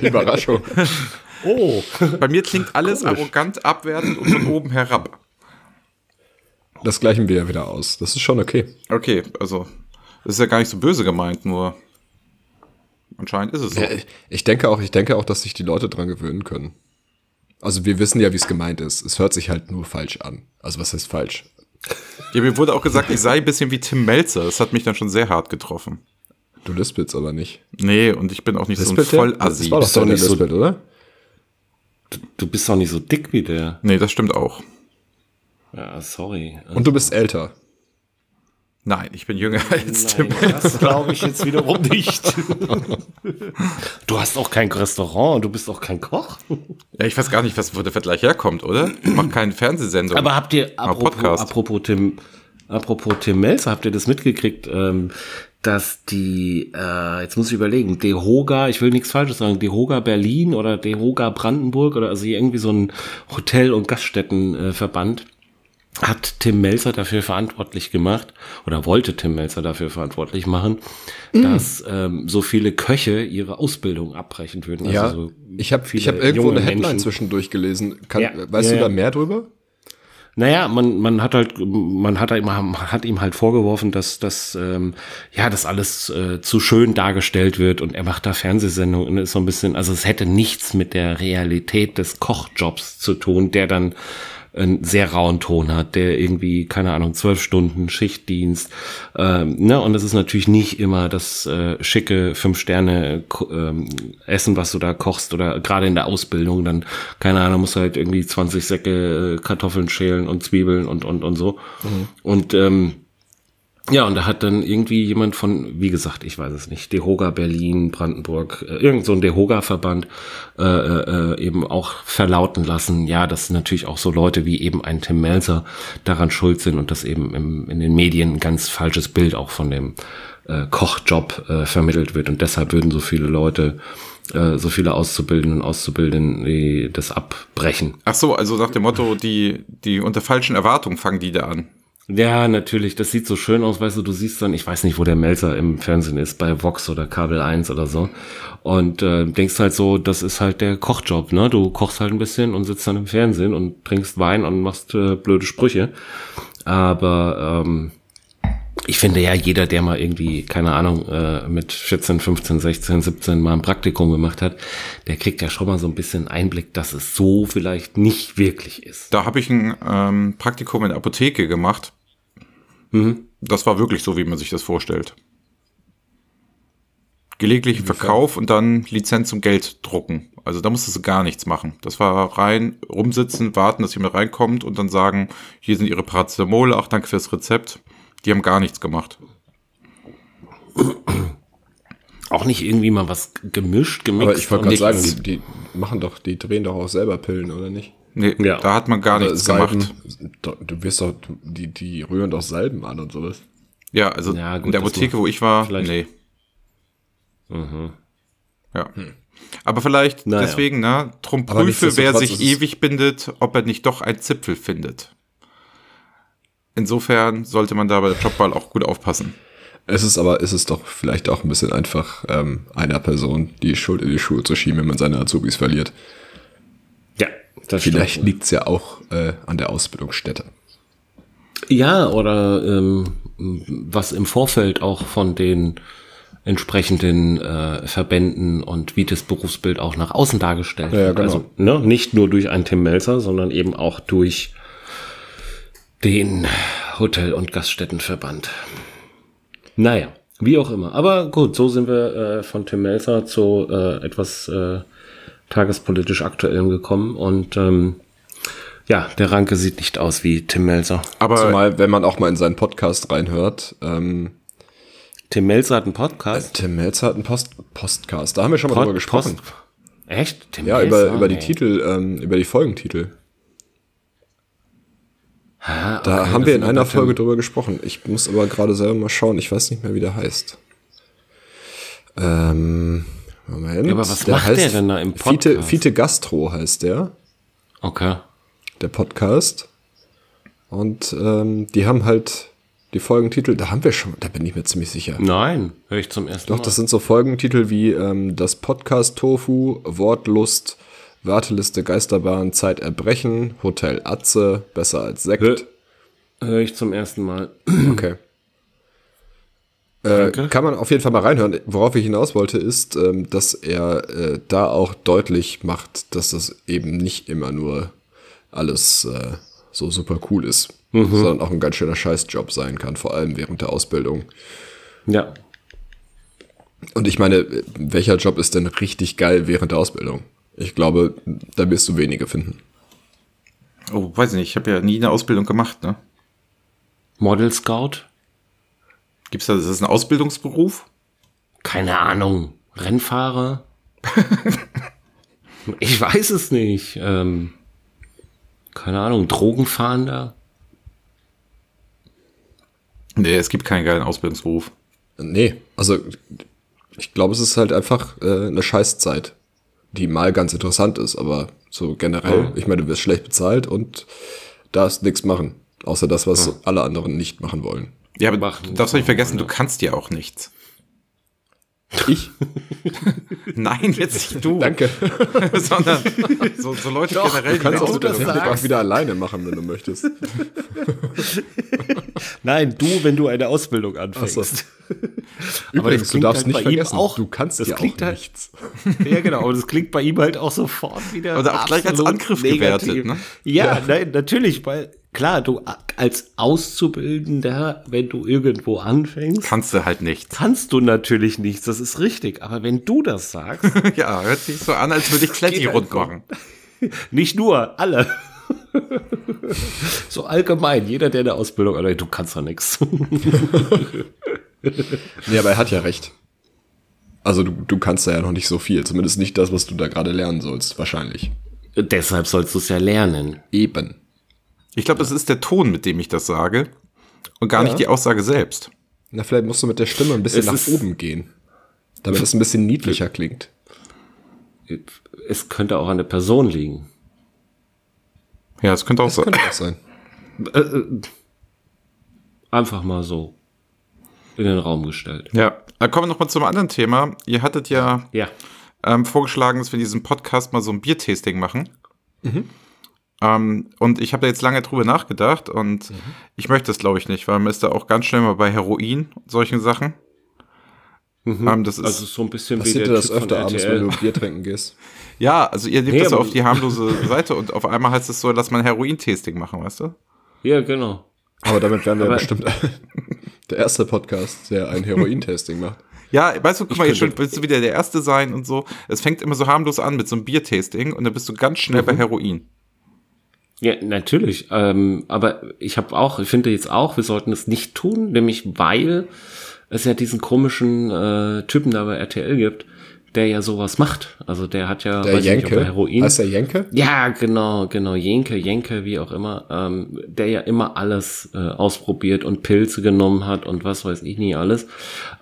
Überraschung.
Oh,
bei mir klingt alles arrogant, abwertend und von oben herab.
Das gleichen wir ja wieder aus. Das ist schon okay.
Okay, also, das ist ja gar nicht so böse gemeint, nur anscheinend ist es so.
Ja, ich- ich denke auch, ich denke auch, dass sich die Leute dran gewöhnen können. Also wir wissen ja, wie es gemeint ist. Es hört sich halt nur falsch an. Also was heißt falsch?
Ja, mir wurde auch gesagt, ich sei ein bisschen wie Tim Melzer. Das hat mich dann schon sehr hart getroffen.
Du lispelst aber nicht.
Nee, und ich bin auch nicht so ein
der?
Vollassi.
Das war doch
doch
deine
nicht so-
Lispelt, oder?
du bist doch nicht so dick wie der.
Nee, das stimmt auch.
Ja, sorry. Äh,
Und du bist älter.
Nein, ich bin jünger als Tim.
Nein, das glaube ich jetzt wiederum nicht. Du hast auch kein Restaurant und du bist auch kein Koch.
Ja, ich weiß gar nicht, was wo der Vergleich herkommt, oder? Ich mache keine Fernsehsendung.
Aber habt ihr,
Aber
apropos,
Podcast.
apropos Tim, apropos Tim Melzer, habt ihr das mitgekriegt, ähm, dass die, äh, jetzt muss ich überlegen, Dehoga, ich will nichts Falsches sagen, Dehoga Berlin oder Dehoga Brandenburg oder also irgendwie so ein Hotel- und Gaststättenverband hat Tim Melzer dafür verantwortlich gemacht oder wollte Tim Melzer dafür verantwortlich machen,
Mm.
dass ähm, so viele Köche ihre Ausbildung abbrechen würden. Also
ja.
so
ich habe
viele
ich hab irgendwo
junge
eine Headline
Menschen.
zwischendurch gelesen. Kann,
Ja.
Weißt
Ja,
du da
ja.
mehr drüber?
Naja, man, man hat halt, man hat, halt- man hat ihm halt vorgeworfen, dass das, ähm, ja, das alles äh, zu schön dargestellt wird und er macht da Fernsehsendungen und ist so ein bisschen, also es hätte nichts mit der Realität des Kochjobs zu tun, der dann einen sehr rauen Ton hat, der irgendwie, keine Ahnung, zwölf Stunden Schichtdienst, ähm, ne, und das ist natürlich nicht immer das äh, schicke Fünf-Sterne-Essen, was du da kochst oder gerade in der Ausbildung, dann, keine Ahnung, musst du halt irgendwie 20 Säcke äh, Kartoffeln schälen und Zwiebeln und, und, und so. Und, ähm, ja, und da hat dann irgendwie jemand von, wie gesagt, ich weiß es nicht, Dehoga Berlin, Brandenburg, äh, irgend so ein Dehoga-Verband äh, äh, eben auch verlauten lassen, ja, dass natürlich auch so Leute wie eben ein Tim Melzer daran schuld sind und dass eben im, in den Medien ein ganz falsches Bild auch von dem äh, Kochjob äh, vermittelt wird. Und deshalb würden so viele Leute, äh, so viele Auszubildenden und Auszubildenden die das abbrechen.
Ach so, also nach dem Motto, die, die unter falschen Erwartungen fangen die da an.
Ja, natürlich. Das sieht so schön aus, weißt du, du siehst dann, ich weiß nicht, wo der Melzer im Fernsehen ist, bei Vox oder Kabel 1 oder so. Und äh, denkst halt so, das ist halt der Kochjob, ne? Du kochst halt ein bisschen und sitzt dann im Fernsehen und trinkst Wein und machst äh, blöde Sprüche. Aber ähm, ich finde ja, jeder, der mal irgendwie, keine Ahnung, äh, mit 14, 15, 16, 17 mal ein Praktikum gemacht hat, der kriegt ja schon mal so ein bisschen Einblick, dass es so vielleicht nicht wirklich ist.
Da habe ich ein ähm, Praktikum in der Apotheke gemacht.
Mhm.
Das war wirklich so, wie man sich das vorstellt. Gelegentlich Verkauf und dann Lizenz zum Geld drucken. Also da musstest du gar nichts machen. Das war rein rumsitzen, warten, dass jemand reinkommt und dann sagen, hier sind ihre Paracetamol, ach danke fürs Rezept. Die haben gar nichts gemacht.
Auch nicht irgendwie mal was gemischt, gemixt.
Aber ich wollte
und
gerade sagen,
nichts.
die, die machen doch, die drehen doch auch selber Pillen, oder nicht?
Nee,
Ja.
da hat man gar
Oder
nichts
Salben.
gemacht.
Doch, Du wirst doch, die, die rühren doch Salben an und sowas.
Ja, also
Ja, gut,
in der
das
Apotheke,
macht-
wo ich war,
vielleicht-
nee.
Mhm.
Ja. Aber vielleicht
Naja.
deswegen, ne? Drum
Aber
prüfe, wer
nichtsdestotrotz
sich
ist-
ewig bindet, ob er nicht doch einen Zipfel findet. Insofern sollte man da bei der Jobwahl auch gut aufpassen.
Es ist aber, es ist doch vielleicht auch ein bisschen einfach, ähm, einer Person die Schuld in die Schuhe zu schieben, wenn man seine Azubis verliert.
Ja, das
Vielleicht
stimmt.
liegt's ja auch äh, an der Ausbildungsstätte.
Ja, oder ähm, was im Vorfeld auch von den entsprechenden äh, Verbänden und wie das Berufsbild auch nach außen dargestellt
Ja, ja,
wird.
genau.
Also ne, nicht nur durch einen Tim Melzer, sondern eben auch durch den Hotel- und Gaststättenverband. Naja, wie auch immer. Aber gut, so sind wir äh, von Tim Melzer zu äh, etwas äh, tagespolitisch Aktuellem gekommen. Und ähm, ja, der Ranke sieht nicht aus wie Tim Melzer.
Aber
Zumal, wenn man auch mal in seinen Podcast reinhört, ähm,
Tim Melzer hat einen Podcast.
Äh, Tim Melzer hat einen Post Postcast. Da haben wir schon mal drüber
Pod-
gesprochen.
Post- Echt? Tim
Ja, über,
Melzer?
über die
Nee.
Titel, ähm, über die Folgentitel.
Ah,
Da
okay,
haben
das
wir
sind
in einer
dann Tim-
Folge drüber gesprochen. Ich muss aber gerade selber mal schauen. Ich weiß nicht mehr, wie der heißt. Ähm, Moment.
Ja, aber was macht der denn da im
Fiete,
Podcast?
Fiete Gastro heißt der,
Okay.
der Podcast. Und ähm, die haben halt die Folgentitel, da haben wir schon, da bin ich mir ziemlich sicher.
Nein, höre ich zum ersten
Doch,
Mal.
das sind so Folgentitel wie ähm, das Podcast Tofu, Wortlust, Warteliste Geisterbahn, Zeit erbrechen, Hotel Atze, besser als Sekt.
höre ich zum ersten Mal.
Okay. Äh, kann man auf jeden Fall mal reinhören. Worauf ich hinaus wollte, ist, ähm, dass er äh, da auch deutlich macht, dass das eben nicht immer nur alles äh, so super cool ist, sondern auch ein ganz schöner Scheißjob sein kann, vor allem während der Ausbildung.
Ja.
Und ich meine, welcher Job ist denn richtig geil während der Ausbildung? Ich glaube, da wirst du wenige finden.
Oh, weiß ich nicht, ich habe ja nie eine Ausbildung gemacht, ne?
Model Scout?
Gibt's da, ist das ein Ausbildungsberuf?
Keine Ahnung. Rennfahrer? ich weiß es nicht. Ähm, keine Ahnung. Drogenfahnder?
Nee, es gibt keinen geilen Ausbildungsberuf.
Nee, also ich glaube, es ist halt einfach äh, eine Scheißzeit, die mal ganz interessant ist, aber so generell, ich meine, du wirst schlecht bezahlt und darfst nichts machen, außer das, was alle anderen nicht machen wollen.
Ja, aber
Machen.
du darfst doch nicht vergessen, du kannst ja auch nichts.
Ich?
Nein, jetzt nicht du,
Danke.
sondern so, so Leute generell,
Du kannst
eine
auch, du
Ausbildung
kannst auch wieder alleine machen, wenn du möchtest.
Nein, du, wenn du eine Ausbildung anfängst. das
Übrigens, du
klingt
darfst
halt bei
nicht
ihm
vergessen,
auch-
du kannst
das
ja
klingt
auch
halt-
nichts.
Ja, genau. Und es klingt bei ihm halt auch sofort wieder.
Oder auch gleich als
absolut
Angriff gewertet, ne?
Ja, Nein, natürlich, weil klar, du a- als Auszubildender, wenn du irgendwo anfängst,
Kannst du halt nichts.
kannst du natürlich nichts. Das ist richtig. Aber wenn du das sagst,
Ja, hört sich so an, als würde ich Kletti
Geht halt
rund
einfach.
machen.
nicht nur alle. So allgemein, jeder, der eine Ausbildung hat, du kannst doch nichts.
Nee, aber er hat ja recht. Also du, du kannst da ja noch nicht so viel, zumindest nicht das, was du da gerade lernen sollst, wahrscheinlich.
Deshalb sollst du es ja lernen.
Eben.
Ich glaube, das ist der Ton, mit dem ich das sage und gar nicht die Aussage selbst.
Na, vielleicht musst du mit der Stimme ein bisschen
Es
nach
ist-
oben gehen. Damit es ein bisschen niedlicher klingt.
Es könnte auch an der Person liegen.
Ja, das könnte auch sein.
Könnte auch sein.
Äh, Einfach mal so in den Raum gestellt.
Ja, dann kommen wir nochmal zum anderen Thema. Ihr hattet ja
Ja.
ähm, vorgeschlagen, dass wir in diesem Podcast mal so ein Biertasting machen.
Mhm.
Ähm, und ich habe da jetzt lange drüber nachgedacht und
Mhm.
ich möchte das, glaube ich, nicht, weil man ist da auch ganz schnell mal bei Heroin und solchen Sachen. Ähm, das ist,
Also so ein bisschen
Passiert dir das öfter abends,
RTL.
wenn du Bier trinken gehst?
ja, also ihr nehmt
Nee,
das so
aber-
auf die harmlose Seite und auf einmal heißt es so, lass mal ein Heroin-Tasting machen, weißt du?
Ja, genau.
Aber damit wären wir
Aber-
bestimmt der erste Podcast, der ein Heroin-Testing macht.
Ja, weißt du, guck mal, jetzt schon
könnte-
willst du wieder der Erste sein und so. Es fängt immer so harmlos an mit so einem Biertasting und dann bist du ganz schnell
Mhm.
bei Heroin.
Ja, natürlich. Ähm, aber ich habe auch, ich finde jetzt auch, wir sollten es nicht tun, nämlich weil es ja diesen komischen äh, Typen da bei RTL gibt, der ja sowas macht. Also der hat ja,
Der
weiß ich nicht, ob er
Jenke.
Heroin.
Heißt der Jenke?
Ja, genau, genau. Jenke, Jenke, wie auch immer, ähm, der ja immer alles äh, ausprobiert und Pilze genommen hat und was weiß ich nie alles.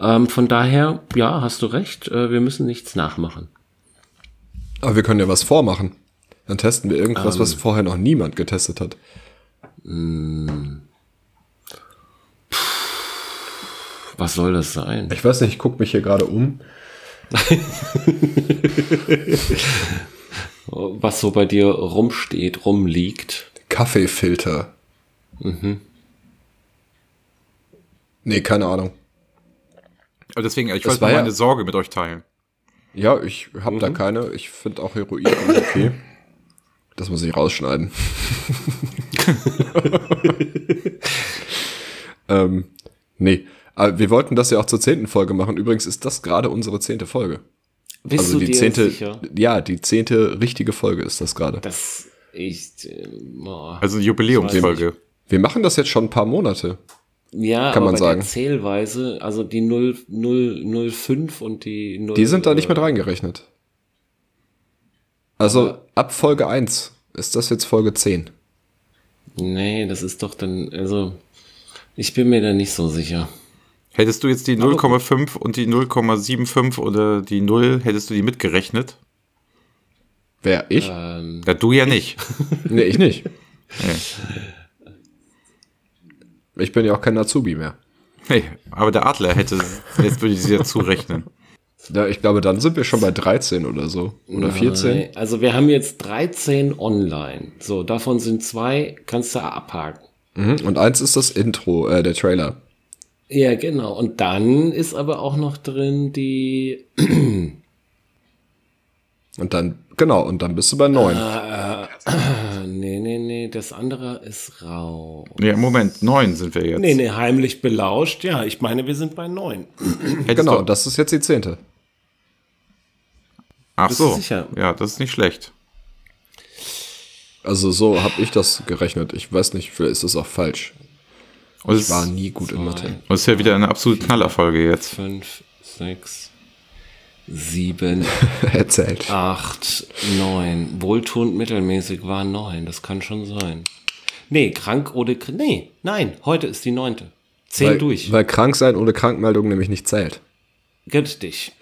Ähm, von daher, ja, hast du recht, äh, wir müssen nichts nachmachen.
Aber wir können ja was vormachen. Dann testen wir irgendwas,
Ähm.
was vorher noch niemand getestet hat.
Was soll das sein?
Ich weiß nicht, ich guck mich hier gerade um.
Was so bei dir rumsteht, rumliegt.
Kaffeefilter. Mhm. Nee, keine Ahnung.
Aber deswegen, ich
Das
wollte
war
nur
ja-
meine Sorge mit euch teilen.
Ja, ich hab da keine. Ich finde auch Heroin ganz okay. Das muss ich rausschneiden. ähm, nee. Aber wir wollten das ja auch zur zehnten Folge machen. Übrigens ist das gerade unsere zehnte Folge.
Bist
also die
dir
zehnte,
sicher?
ja, die zehnte richtige Folge ist das gerade.
Das ich, äh, boah.
Also eine Jubiläumsfolge.
Wir machen das jetzt schon ein paar Monate.
ja,
kann
aber
man
bei der
sagen.
Zählweise, also die 0, 0, 05 und die 0,
Die sind da nicht mit reingerechnet. Also ab Folge 1 ist das jetzt Folge 10.
Nee, das ist doch dann, also ich bin mir da nicht so sicher.
Hättest du jetzt die 0,5 und die 0,75 oder die 0, hättest du die mitgerechnet?
Wer? Ich?
Ja, du ja nicht.
Nee, ich nicht. Ich bin ja auch kein Azubi mehr.
Nee, aber der Adler hätte, jetzt würde ich sie ja zurechnen.
Ja, ich glaube, dann sind wir schon bei 13 oder so. Oder 14.
Nein, Also wir haben jetzt 13 online. So, davon sind zwei, kannst du abhaken.
Mhm. Und eins ist das Intro, äh, der Trailer.
Ja, genau. Und dann ist aber auch noch drin die,
Und dann, genau, und dann bist du bei 9.
Ah, nee, nee, nee, das andere ist rau.
Ja, Moment, 9 sind wir jetzt.
Nee, nee, heimlich belauscht. Ja, ich meine, wir sind bei 9.
Hättest
genau,
Du,
das ist jetzt die 10.
ach
bist
so.
du sicher?
Ja, das ist nicht schlecht.
Also so habe ich das gerechnet. Ich weiß nicht, vielleicht ist das auch falsch.
Und es,
Ich war nie gut in Mathe.
und es ist ja wieder eine absolute Knallerfolge jetzt.
5, 6, 7,
Erzählt.
8, 9. Wohltuend mittelmäßig war 9. Das kann schon sein. Nee, krank oder... kr- Nee, nein, heute ist die 9. 10
weil,
durch.
Weil krank sein ohne Krankmeldung nämlich nicht zählt.
Gönnt dich.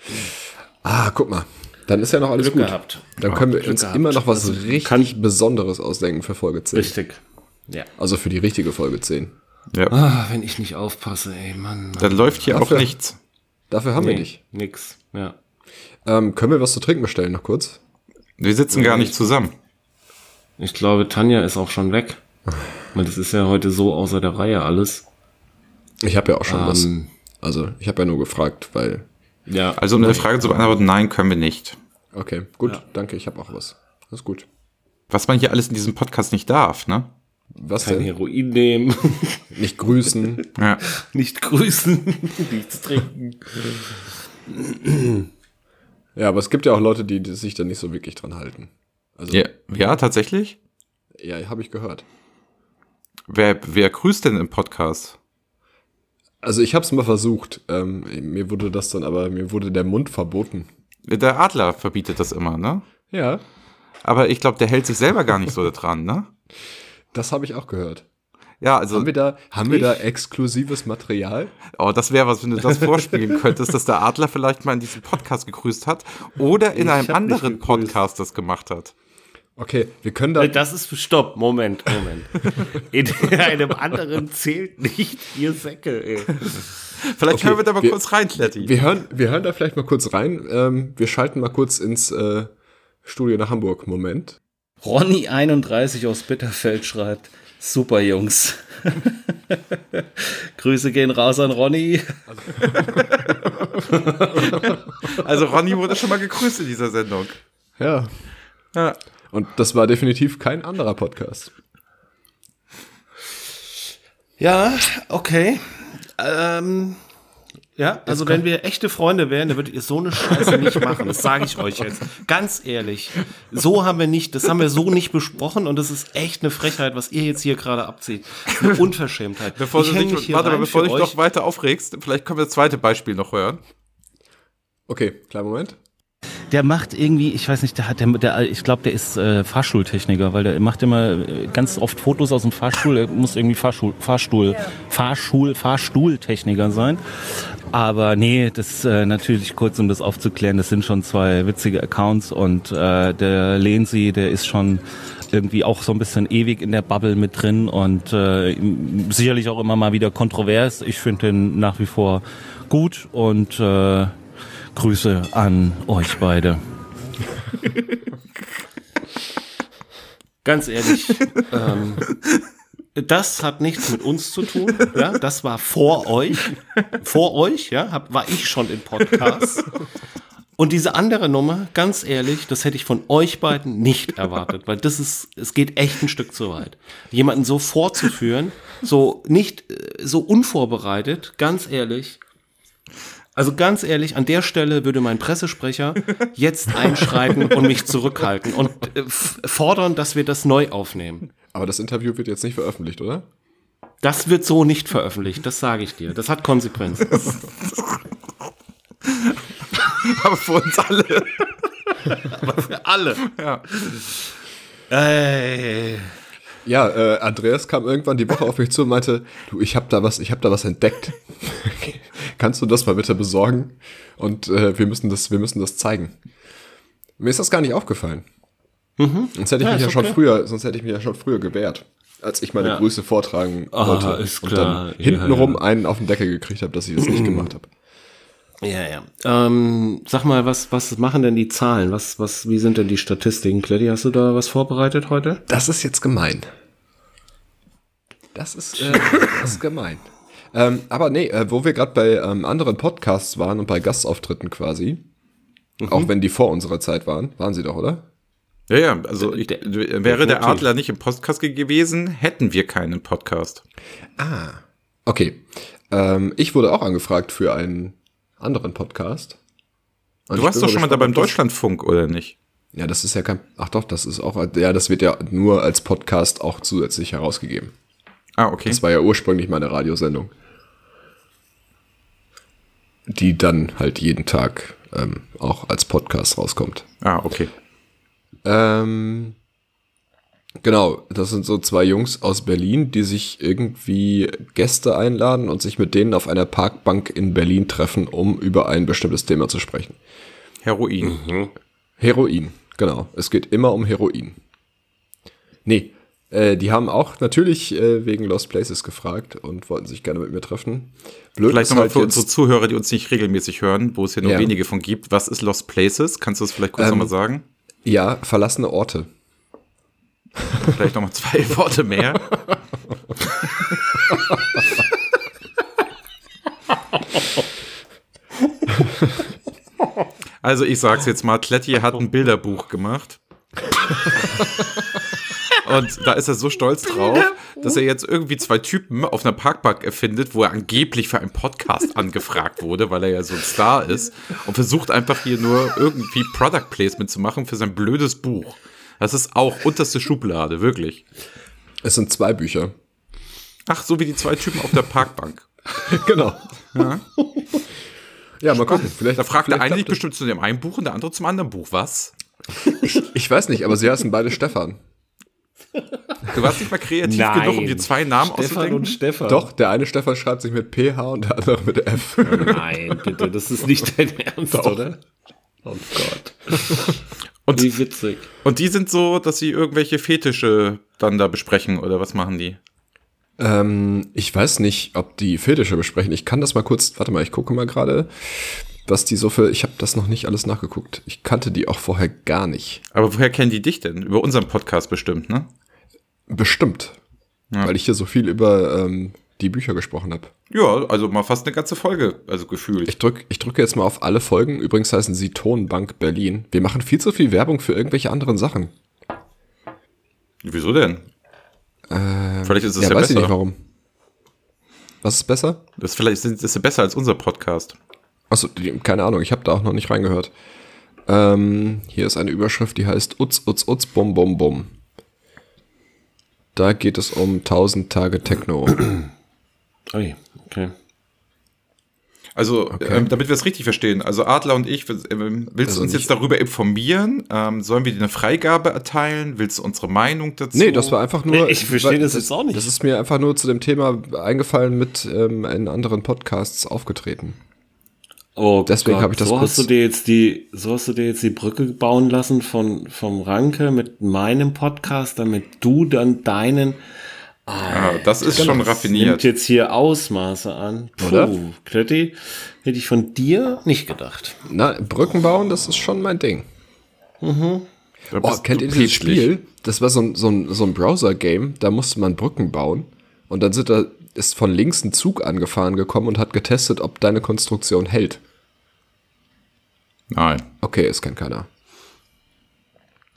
Ah, guck mal. Dann ist ja noch alles
Glück
gut.
gehabt.
Dann können wir uns
gehabt. Also
immer noch was richtig
kann-
Besonderes ausdenken für Folge 10.
Richtig. Ja.
Also für die richtige Folge 10.
Ja.
Ah, wenn ich nicht aufpasse, ey, Mann. Mann.
Dann läuft hier auch
Dafür-
nichts.
Dafür haben wir
nee,
nicht.
nix. Ja.
Ähm, können wir was zu trinken bestellen noch kurz?
Wir sitzen gar nicht zusammen.
Ich glaube, Tanja ist auch schon weg. Weil das ist ja heute so außer der Reihe alles.
Ich habe ja auch schon was.
Ähm.
Also ich habe ja nur gefragt, weil.
Ja.
Also um eine Frage zu beantworten, nein, können wir nicht.
Okay, gut, danke, ich habe auch was. Das ist gut.
Was man hier alles in diesem Podcast nicht darf, ne?
Was
Kein
denn?
Heroin nehmen,
Nicht grüßen.
Ja.
nicht grüßen, nichts trinken.
ja, aber es gibt ja auch Leute, die, die sich da nicht so wirklich dran halten. Also,
Ja, ja tatsächlich?
ja, habe ich gehört.
Wer, wer grüßt denn im Podcast?
Also ich habe es mal versucht. Ähm, mir wurde das dann aber, mir wurde der Mund verboten.
Der Adler verbietet das immer, ne?
Ja,
Aber ich glaube, der hält sich selber gar nicht so dran, ne?
das habe ich auch gehört.
Ja, also,
Haben wir da, haben wir da exklusives Material?
oh, das wäre was, wenn du das vorspielen könntest, dass der Adler vielleicht mal in diesem Podcast gegrüßt hat oder in einem
hab nicht
anderen
gegrüßt.
Podcast das gemacht hat.
Okay, wir können da.
Das ist Stopp, Moment, Moment. In einem anderen zählt nicht ihr Säcke, ey.
Vielleicht
Okay,
können wir da mal
wir-
kurz rein, Kletti.
Wir hören, wir hören da vielleicht mal kurz rein. Ähm, wir schalten mal kurz ins äh, Studio nach Hamburg. Moment.
Ronny31 aus Bitterfeld schreibt, super Jungs. Grüße gehen raus an Ronny.
Also Ronny wurde schon mal gegrüßt in dieser Sendung.
Ja.
Ja.
Und das war definitiv kein anderer Podcast.
Ja, okay. Ähm,
Ja, also wenn wir echte Freunde wären, dann würdet ihr so eine Scheiße nicht machen. Das sage ich euch jetzt. Ganz ehrlich. So haben wir nicht, das haben wir so nicht besprochen und das ist echt eine Frechheit, was ihr jetzt hier gerade abzieht. Eine Unverschämtheit.
Bevor du
häng
dich, warte mal,
rein
bevor
für
du dich
euch.
noch weiter aufregst, vielleicht können wir das zweite Beispiel noch hören.
Okay, kleinen Moment.
Der macht irgendwie, ich weiß nicht, der hat der, der ich glaube, der ist äh, Fahrschultechniker, weil der macht immer äh, ganz oft Fotos aus dem Fahrstuhl. Er muss irgendwie Fahrschul, Fahrstuhl, Fahrschul, Fahrstuhltechniker sein. Aber nee, das äh, natürlich kurz, um das aufzuklären, das sind schon zwei witzige Accounts und äh, der Lenzi, der ist schon irgendwie auch so ein bisschen ewig in der Bubble mit drin und äh, sicherlich auch immer mal wieder kontrovers. Ich finde den nach wie vor gut und äh, Grüße an euch beide.
Ganz ehrlich, ähm, das hat nichts mit uns zu tun. Ja? Das war vor euch. Vor euch, ja, hab, war ich schon im Podcast. Und diese andere Nummer, ganz ehrlich, das hätte ich von euch beiden nicht erwartet, weil das ist, es geht echt ein Stück zu weit. Jemanden so vorzuführen, so nicht, äh, so unvorbereitet, ganz ehrlich. Also ganz ehrlich, an der Stelle würde mein Pressesprecher jetzt einschreiten und mich zurückhalten und äh, f- fordern, dass wir das neu aufnehmen.
Aber das Interview wird jetzt nicht veröffentlicht, oder?
Das wird so nicht veröffentlicht, das sage ich dir. Das hat Konsequenzen.
Aber für uns alle.
Alle.
Ja.
Ey.
Ja, äh, Andreas kam irgendwann die Woche auf mich zu und meinte, du, ich hab da was, ich hab da was entdeckt. Kannst du das mal bitte besorgen? Und äh, wir müssen das, wir müssen das zeigen. Mir ist das gar nicht aufgefallen.
Mhm.
Sonst hätte ich mich ja schon früher, sonst hätte ich mich ja schon früher gewehrt, als ich meine Grüße vortragen wollte
ist
und
klar.
dann
Ja,
hintenrum einen auf den Deckel gekriegt habe, dass ich das nicht gemacht habe.
Ja, ja. Ähm, sag mal, was, was machen denn die Zahlen? Was, was, wie sind denn die Statistiken? Kletti, hast du da was vorbereitet heute?
Das ist jetzt gemein. Das ist, äh, das ist gemein. Ähm, aber nee, äh, wo wir gerade bei ähm, anderen Podcasts waren und bei Gastauftritten quasi,
Mhm.
auch wenn die vor unserer Zeit waren, waren sie doch, oder?
Ja, ja, also ich,
Der-
wäre der Adler nicht im Podcast gewesen, hätten wir keinen Podcast.
Okay. Ähm, ich wurde auch angefragt für einen anderen Podcast. Und
Du
ich
warst
bin
doch schon mal da
gespannt,
beim
ob das-
Deutschlandfunk, oder nicht?
Ja, das ist ja kein. Ach doch, das ist auch. Ja, das wird ja nur als Podcast auch zusätzlich herausgegeben.
Ah, okay.
Das war ja ursprünglich meine Radiosendung. Die dann halt jeden Tag ähm, auch als Podcast rauskommt.
Ah, okay.
Ähm, genau, das sind so zwei Jungs aus Berlin, die sich irgendwie Gäste einladen und sich mit denen auf einer Parkbank in Berlin treffen, um über ein bestimmtes Thema zu sprechen.
Heroin.
Heroin, genau. Es geht immer um Heroin. Nee, äh, die haben auch natürlich äh, wegen Lost Places gefragt und wollten sich gerne mit mir treffen. Blöd
Vielleicht
ist
nochmal
halt
für
jetzt-
unsere Zuhörer, die uns nicht regelmäßig hören, wo es hier nur
Ja.
wenige von gibt. Was ist Lost Places? Kannst du das vielleicht kurz nochmal sagen?
Ja, verlassene Orte.
Vielleicht nochmal zwei Worte mehr. Also ich sag's jetzt mal, Kletti hat ein Bilderbuch gemacht. Und da ist er so stolz drauf, dass er jetzt irgendwie zwei Typen auf einer Parkbank erfindet, wo er angeblich für einen Podcast angefragt wurde, weil er ja so ein Star ist und versucht einfach hier nur irgendwie Product Placement zu machen für sein blödes Buch. Das ist auch unterste Schublade, wirklich.
Es sind zwei Bücher.
Ach, so wie die zwei Typen auf der Parkbank.
genau. Ja, mal gucken. Vielleicht,
Da fragt der
vielleicht
eine dich
klappt
bestimmt zu dem einen Buch und der andere zum anderen Buch. Was?
es. Ich weiß nicht, aber sie heißen beide Stefan.
Du warst nicht mal kreativ genug, um
Nein.
dir zwei Namen
Stefan und
auszudenken.
Stefan.
Doch, der eine Stefan schreibt sich mit PH und der andere mit F.
Nein, bitte, das ist nicht dein Ernst, oder? Oh Gott.
Und,
Wie witzig.
und die sind so, dass sie irgendwelche Fetische dann da besprechen oder was machen die?
ähm, ich weiß nicht, ob die Fetische besprechen. Ich kann das mal kurz. Warte mal, ich gucke mal gerade, was die so für. Ich habe das noch nicht alles nachgeguckt. Ich kannte die auch vorher gar nicht.
Aber woher kennen die dich denn? Über unseren Podcast bestimmt, ne?
Bestimmt. Weil ich hier so viel über ähm, die Bücher gesprochen habe.
Ja, also mal fast eine ganze Folge, also gefühlt.
Ich, drück, ich drücke jetzt mal auf alle Folgen. Übrigens heißen sie Tonbank Berlin. Wir machen viel zu viel Werbung für irgendwelche anderen Sachen.
Wieso denn? Vielleicht ist es ja,
Ähm, ja, weiß ich
besser.
nicht warum. Was ist besser?
Das vielleicht sind- ist besser als unser Podcast.
Achso, die- keine Ahnung, ich habe da auch noch nicht reingehört. Ähm, hier ist eine Überschrift, die heißt Utz, Utz, Utz, Bum, Bum, Bum. Da geht es um 1000 Tage Techno.
Ui, okay.
Also, ähm, damit wir es richtig verstehen, also Adler und ich, ähm, willst
Also
du uns
nicht-
jetzt darüber informieren? Ähm, sollen wir dir eine Freigabe erteilen? Willst du unsere Meinung dazu?
Nee, das war einfach nur.
Nee, ich verstehe das jetzt auch nicht.
Das ist mir einfach nur zu dem Thema eingefallen mit ähm, in anderen Podcasts aufgetreten.
Oh
Deswegen
Gott,
habe ich das
so
kurz-
hast du dir jetzt die so hast du dir jetzt die Brücke bauen lassen von vom Ranke mit meinem Podcast, damit du dann deinen
Ah, das ist
Genau.
schon
nimmt
raffiniert.
jetzt hier Ausmaße an.
Oder?
Puh, Kletti, hätte ich von dir nicht gedacht.
Na, Brücken bauen, das ist schon mein Ding.
Da
Oh,
bist du
kennt ihr dieses
päpstlich.
Spiel? Das war so ein, so ein, so ein Browser-Game, da musste man Brücken bauen. Und dann sind da, ist von links ein Zug angefahren gekommen und hat getestet, ob deine Konstruktion hält.
Nein.
Okay, es kennt keiner.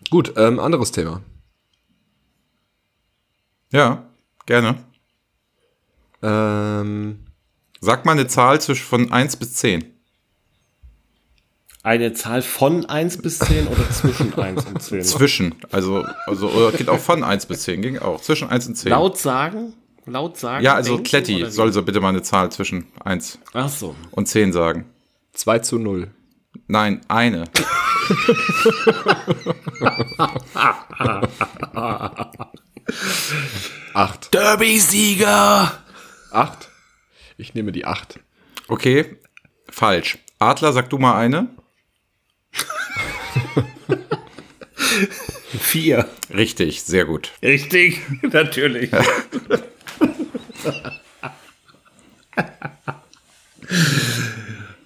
Gut, ähm, anderes Thema.
Ja, gerne.
Ähm,
Sag mal eine Zahl zwischen von 1 bis 10.
Eine Zahl von 1 bis 10 oder zwischen 1 und 10?
Zwischen. Also, also oder geht auch von 1 bis 10, ging auch. Zwischen 1 und 10.
Laut sagen? Laut sagen?
ja, also
denken,
Kletti
oder wie?
soll so bitte mal eine Zahl zwischen 1
Ach so.
und 10 sagen.
2 zu 0.
Nein, eine.
Acht.
Derby-Sieger!
Acht? Ich nehme die acht.
Okay, falsch. Adler, sag du mal eine.
Vier.
Richtig, sehr gut.
Richtig, natürlich.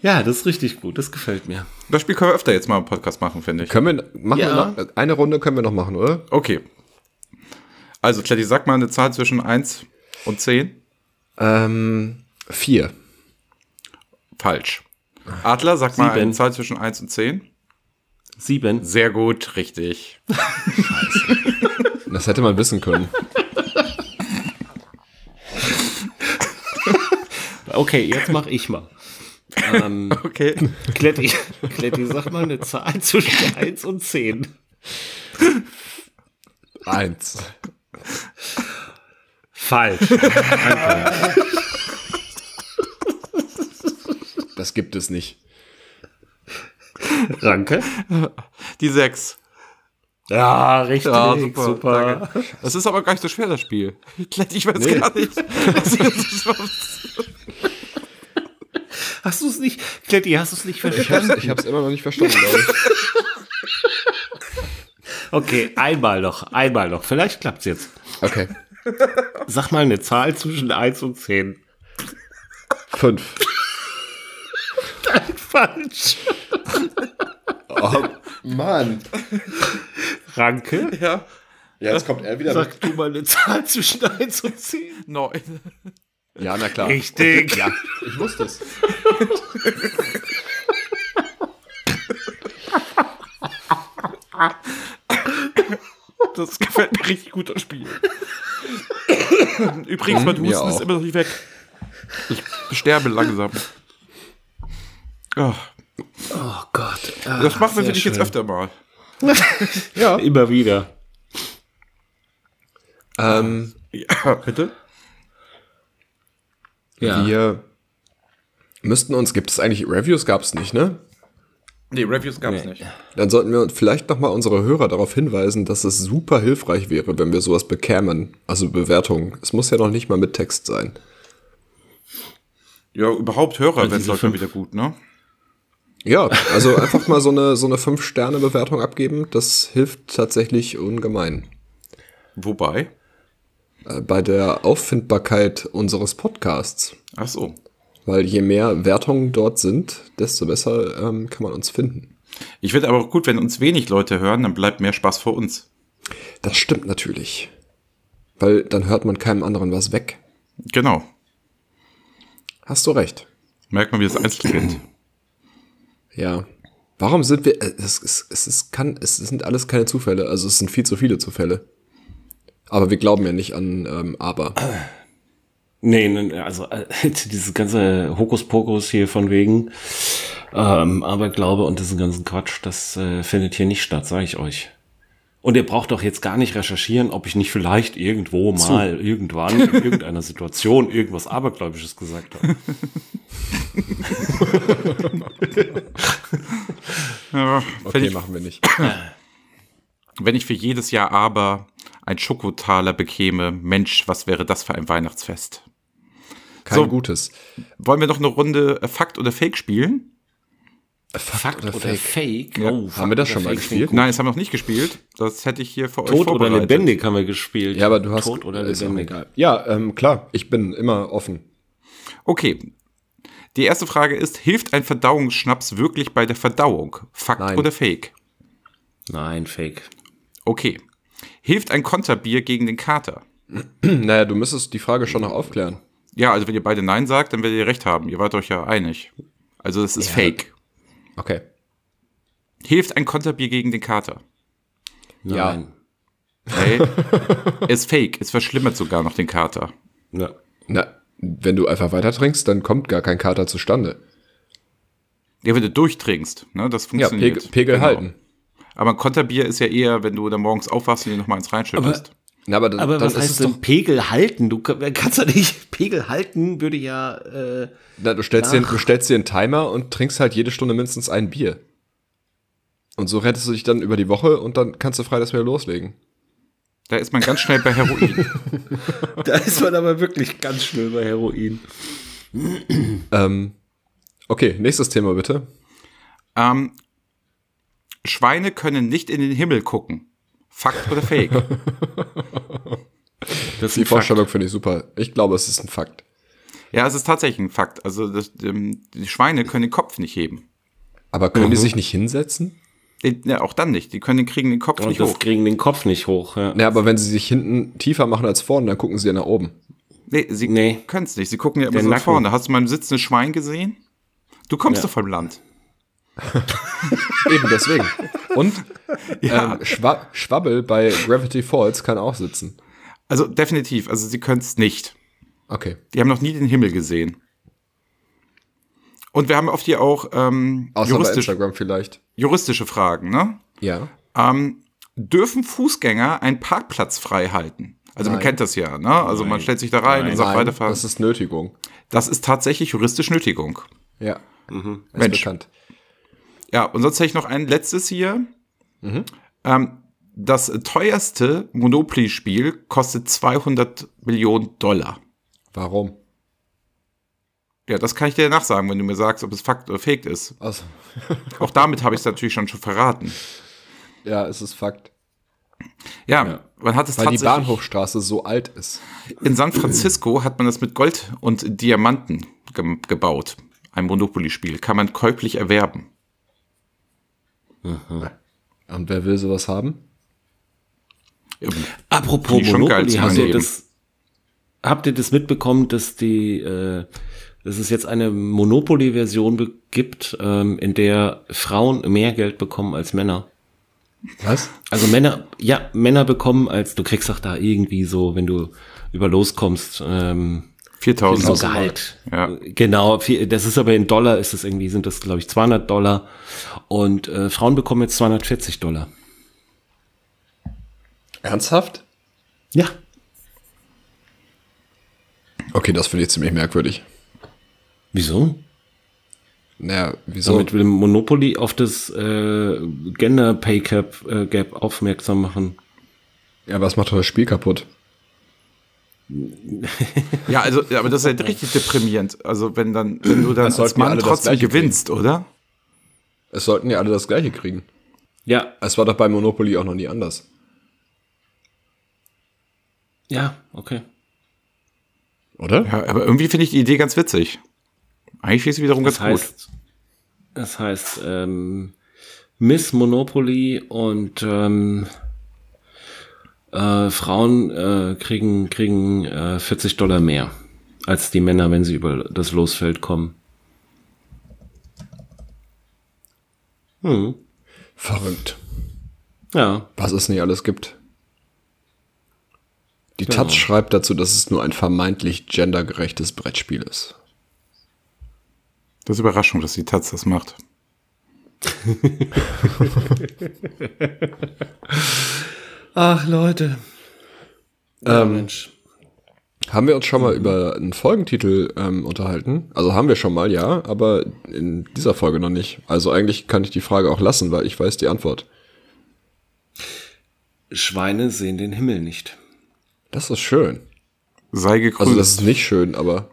ja, das ist richtig gut. Das gefällt mir.
Das Spiel können wir öfter jetzt mal im Podcast machen, finde ich.
Können wir, machen
Ja.
wir noch, eine Runde können wir noch machen, oder?
Okay. Also, Kletti, sag mal eine Zahl zwischen 1 und 10.
Ähm, vier.
Falsch. Adler, sag mal eine
Sieben.
Zahl zwischen 1 und 10.
Sieben.
Sehr gut, richtig.
Das hätte man wissen können.
Okay, jetzt mach ich mal. Ähm,
Okay.
Kletti, Kletti, sag mal eine Zahl zwischen 1 und 10.
Eins.
Falsch.
Das gibt es nicht.
Danke.
Die sechs.
Ja, richtig.
Ja,
super.
super, Das ist aber gar nicht so schwer, das Spiel. Kletti, Ich weiß
Nee.
gar nicht. was ihr jetzt macht.
Hast du es nicht, Kletti, hast du es nicht
Ich hab's,
verstanden?
ich hab's immer noch nicht verstanden, glaube ich.
Okay, einmal noch, einmal noch. Vielleicht klappt's jetzt.
Okay.
Sag mal eine Zahl zwischen 1 und 10.
Fünf.
Falsch.
Oh, Mann.
Ranke,
ja,
Ja, jetzt kommt er wieder.
sag du mal eine Zahl zwischen 1 und 10.
neun.
Ja, na klar.
Richtig.
Ja, ich wusste es.
Das gefällt mir richtig gut, das Spiel. Übrigens, mein
mir
Husten
auch.
ist immer noch nicht weg. Ich sterbe langsam. Ah,
Oh Gott.
das machen
sehr
wir, finde ich, jetzt
schön.
öfter mal.
Immer wieder.
Ähm,
Ja, bitte?
Ja.
Wir müssten uns, gibt es eigentlich Reviews? Gab's nicht, ne?
Nee, Reviews gab es nicht.
Dann sollten wir vielleicht nochmal unsere Hörer darauf hinweisen, dass es super hilfreich wäre, wenn wir sowas bekämen. Also Bewertungen. Es muss ja noch nicht mal mit Text sein.
Ja, überhaupt Hörer,
Also
wenn es
diese
läuft, dann
fünf.
wieder gut, ne?
Ja, also einfach mal so eine, so eine 5-Sterne-Bewertung abgeben, das hilft tatsächlich ungemein.
Wobei?
Äh, Bei der Auffindbarkeit unseres Podcasts.
Ach so.
Weil je mehr Wertungen dort sind, desto besser ähm, kann man uns finden.
Ich finde aber auch gut, wenn uns wenig Leute hören, dann bleibt mehr Spaß für uns.
Das stimmt natürlich. Weil dann hört man keinem anderen was weg.
Genau.
Hast du recht.
Merkt man, wie das Einzelkind.
Ja. Warum sind wir. äh, Es, es, es, es, kann, es sind alles keine Zufälle. Also es
Äh,
sind viel zu viele Zufälle. Aber wir glauben ja nicht an ähm, Aber.
Nee, nee, also äh, dieses ganze Hokuspokus hier von wegen ähm, Aberglaube und diesen ganzen Quatsch, das äh, findet hier nicht statt, sage ich euch. Und ihr braucht doch jetzt gar nicht recherchieren, ob ich nicht vielleicht irgendwo mal, irgendwann, in irgendeiner Situation irgendwas Abergläubisches gesagt habe.
Ja, wenn,
Okay,
ich,
machen wir nicht.
wenn ich für jedes Jahr aber ein Schokotaler bekäme, Mensch, was wäre das für ein Weihnachtsfest?
Kein
So.
gutes.
Wollen wir noch eine Runde äh, Fakt oder Fake spielen?
Fakt oder
Oder
Fake?
Fake.
Ja.
Oh, Fakt
Haben wir das
oder
schon mal
Fake klingt
gespielt?
Nein, das haben wir noch nicht gespielt. Das hätte ich hier für euch
Tot oder
vorbereitet.
lebendig haben wir gespielt.
Ja, aber du hast.
Tot oder
ist auch
lebendig.
egal. Ja, ähm, klar, ich bin immer offen.
Okay. Die erste Frage ist, hilft ein Verdauungsschnaps wirklich bei der Verdauung? Fakt
Nein.
oder Fake?
Nein, Fake.
Okay. Hilft ein Konterbier gegen den Kater?
Hm.
Naja, du müsstest die Frage schon noch aufklären.
Ja, also wenn ihr beide Nein sagt, dann werdet ihr recht haben. Ihr wart euch ja einig. Also es ist Fake.
Okay.
Hilft ein Konterbier gegen den Kater?
Ja.
Nein.
Hey, ist Fake. Es verschlimmert sogar noch den Kater.
Ja.
Na, wenn du einfach weiter trinkst, dann kommt gar kein Kater zustande.
Ja, wenn du durchtrinkst, ne, das
Ja,
funktioniert.
Pegel, Pegel
Genau.
halten.
Aber ein Konterbier ist ja eher, wenn du dann morgens aufwachst und dir nochmal eins reinschüttest.
Na, aber dann,
Aber
dann
was
ist es
heißt denn
doch.
Pegel halten? Du kann- kannst ja nicht Pegel halten, würde ja. Äh,
Na, du, stellst dir, du stellst dir einen Timer und trinkst halt jede Stunde mindestens ein Bier. Und so rettest du dich dann über die Woche und dann kannst du freitags wieder loslegen.
Da ist man ganz schnell bei Heroin.
da ist man aber wirklich ganz schnell bei Heroin.
Ähm, okay, nächstes Thema bitte.
ähm, Schweine können nicht in den Himmel gucken. Fakt oder Fake?
Das ist
Die
ein Fakt.
Vorstellung finde ich super. Ich glaube, es ist ein Fakt.
ja, es ist tatsächlich ein Fakt. Also das, ähm, die Schweine können den Kopf nicht heben.
Aber können die sich nicht hinsetzen?
Den, ja, auch dann nicht. Die können den kriegen den Kopf
Und
nicht
das
hoch.
kriegen den Kopf nicht hoch. Ja.
Ja, aber wenn sie sich hinten tiefer machen als vorne, dann gucken sie ja nach oben.
Nee, sie
Nee.
können es nicht. Sie gucken ja immer
Der
so nach
Nacken.
vorne. Hast du mal ein sitzendes Schwein gesehen? Du kommst
Ja.
doch vom Land.
Eben deswegen. Und ähm, Schwa Schwabbel bei Gravity Falls kann auch sitzen.
Also definitiv. Also sie können es nicht.
Okay.
Die haben noch nie den Himmel gesehen. Und wir haben oft hier auch ähm,
Außer bei
juristisch,
Instagram vielleicht.
juristische Fragen. Ne?
Ja.
Ähm, dürfen Fußgänger einen Parkplatz frei halten? Also man
Nein.
kennt das ja. Ne? Also man stellt sich da rein und sagt weiterfahren.
das
Das ist,
ist Nötigung.
tatsächlich juristisch Nötigung.
Ja. Ist
Mensch.
bekannt.
Ja, und sonst hätte ich noch ein letztes hier.
Mhm.
Ähm, das teuerste Monopoly-Spiel kostet 200 Millionen Dollar.
Warum?
Ja, das kann ich dir nachsagen, wenn du mir sagst, ob es Fakt oder Fake ist.
Also,
Auch damit habe ich es natürlich schon schon verraten.
ja, es ist Fakt.
Ja, man hat es
Weil die
tatsächlich.
Bahnhofstraße so alt ist.
In San Francisco hat man das mit Gold und Diamanten ge gebaut. Ein Monopoly-Spiel. Kann man käuflich erwerben.
Und wer will sowas haben?
Apropos
Finde ich schon geil
Monopoly,
zu
habt ihr,
übernehmen.
das, habt ihr das mitbekommen, dass die, äh, dass es jetzt eine Monopoly-Version be- gibt, ähm, in der Frauen mehr Geld bekommen als Männer?
Was?
Also Männer, ja, Männer bekommen als, du kriegst doch da irgendwie so, wenn du über loskommst, ähm,
4000
so Gehalt.
Ja.
Genau, viel- das ist aber in Dollar, ist es irgendwie, sind das glaube ich 200 Dollar und äh, Frauen bekommen jetzt 240 Dollar.
Ernsthaft?
Ja,
Okay, das finde ich ziemlich merkwürdig.
wieso?
Naja, wieso?
Damit will Monopoly auf das äh, Gender Pay Gap, äh, Gap aufmerksam machen.
ja, was macht doch das Spiel kaputt?
Ja, also, ja, aber das ist halt richtig deprimierend. Also, wenn dann, wenn du dann
Das
als
sollten wir
Mann
alle das
trotzdem
Gleiche
gewinnst, oder?
Es sollten ja alle das Gleiche kriegen.
Ja,
Es war doch bei Monopoly auch noch nie anders.
ja, okay.
Oder?
Ja, aber irgendwie finde ich die Idee ganz witzig. Eigentlich ist sie wiederum
Das
ganz gut.
heißt, das heißt ähm, Miss Monopoly und ähm, äh, Frauen äh, kriegen kriegen äh, 40 Dollar mehr als die Männer, wenn sie über das Losfeld kommen. Hm.
Verrückt.
Ja,
Was es nicht alles gibt. Die Taz schreibt dazu, dass es nur ein vermeintlich gendergerechtes Brettspiel ist.
Das ist Überraschung, dass die Taz das macht.
Ach, Leute.
Ähm,
Ja, Mensch.
Haben wir uns schon mal über einen Folgentitel ähm, unterhalten? Also haben wir schon mal, ja, aber in dieser Folge noch nicht. Also eigentlich kann ich die Frage auch lassen, weil ich weiß die Antwort.
Schweine sehen den Himmel nicht.
Das ist schön.
Sei gegrüßt.
Also das ist nicht schön, aber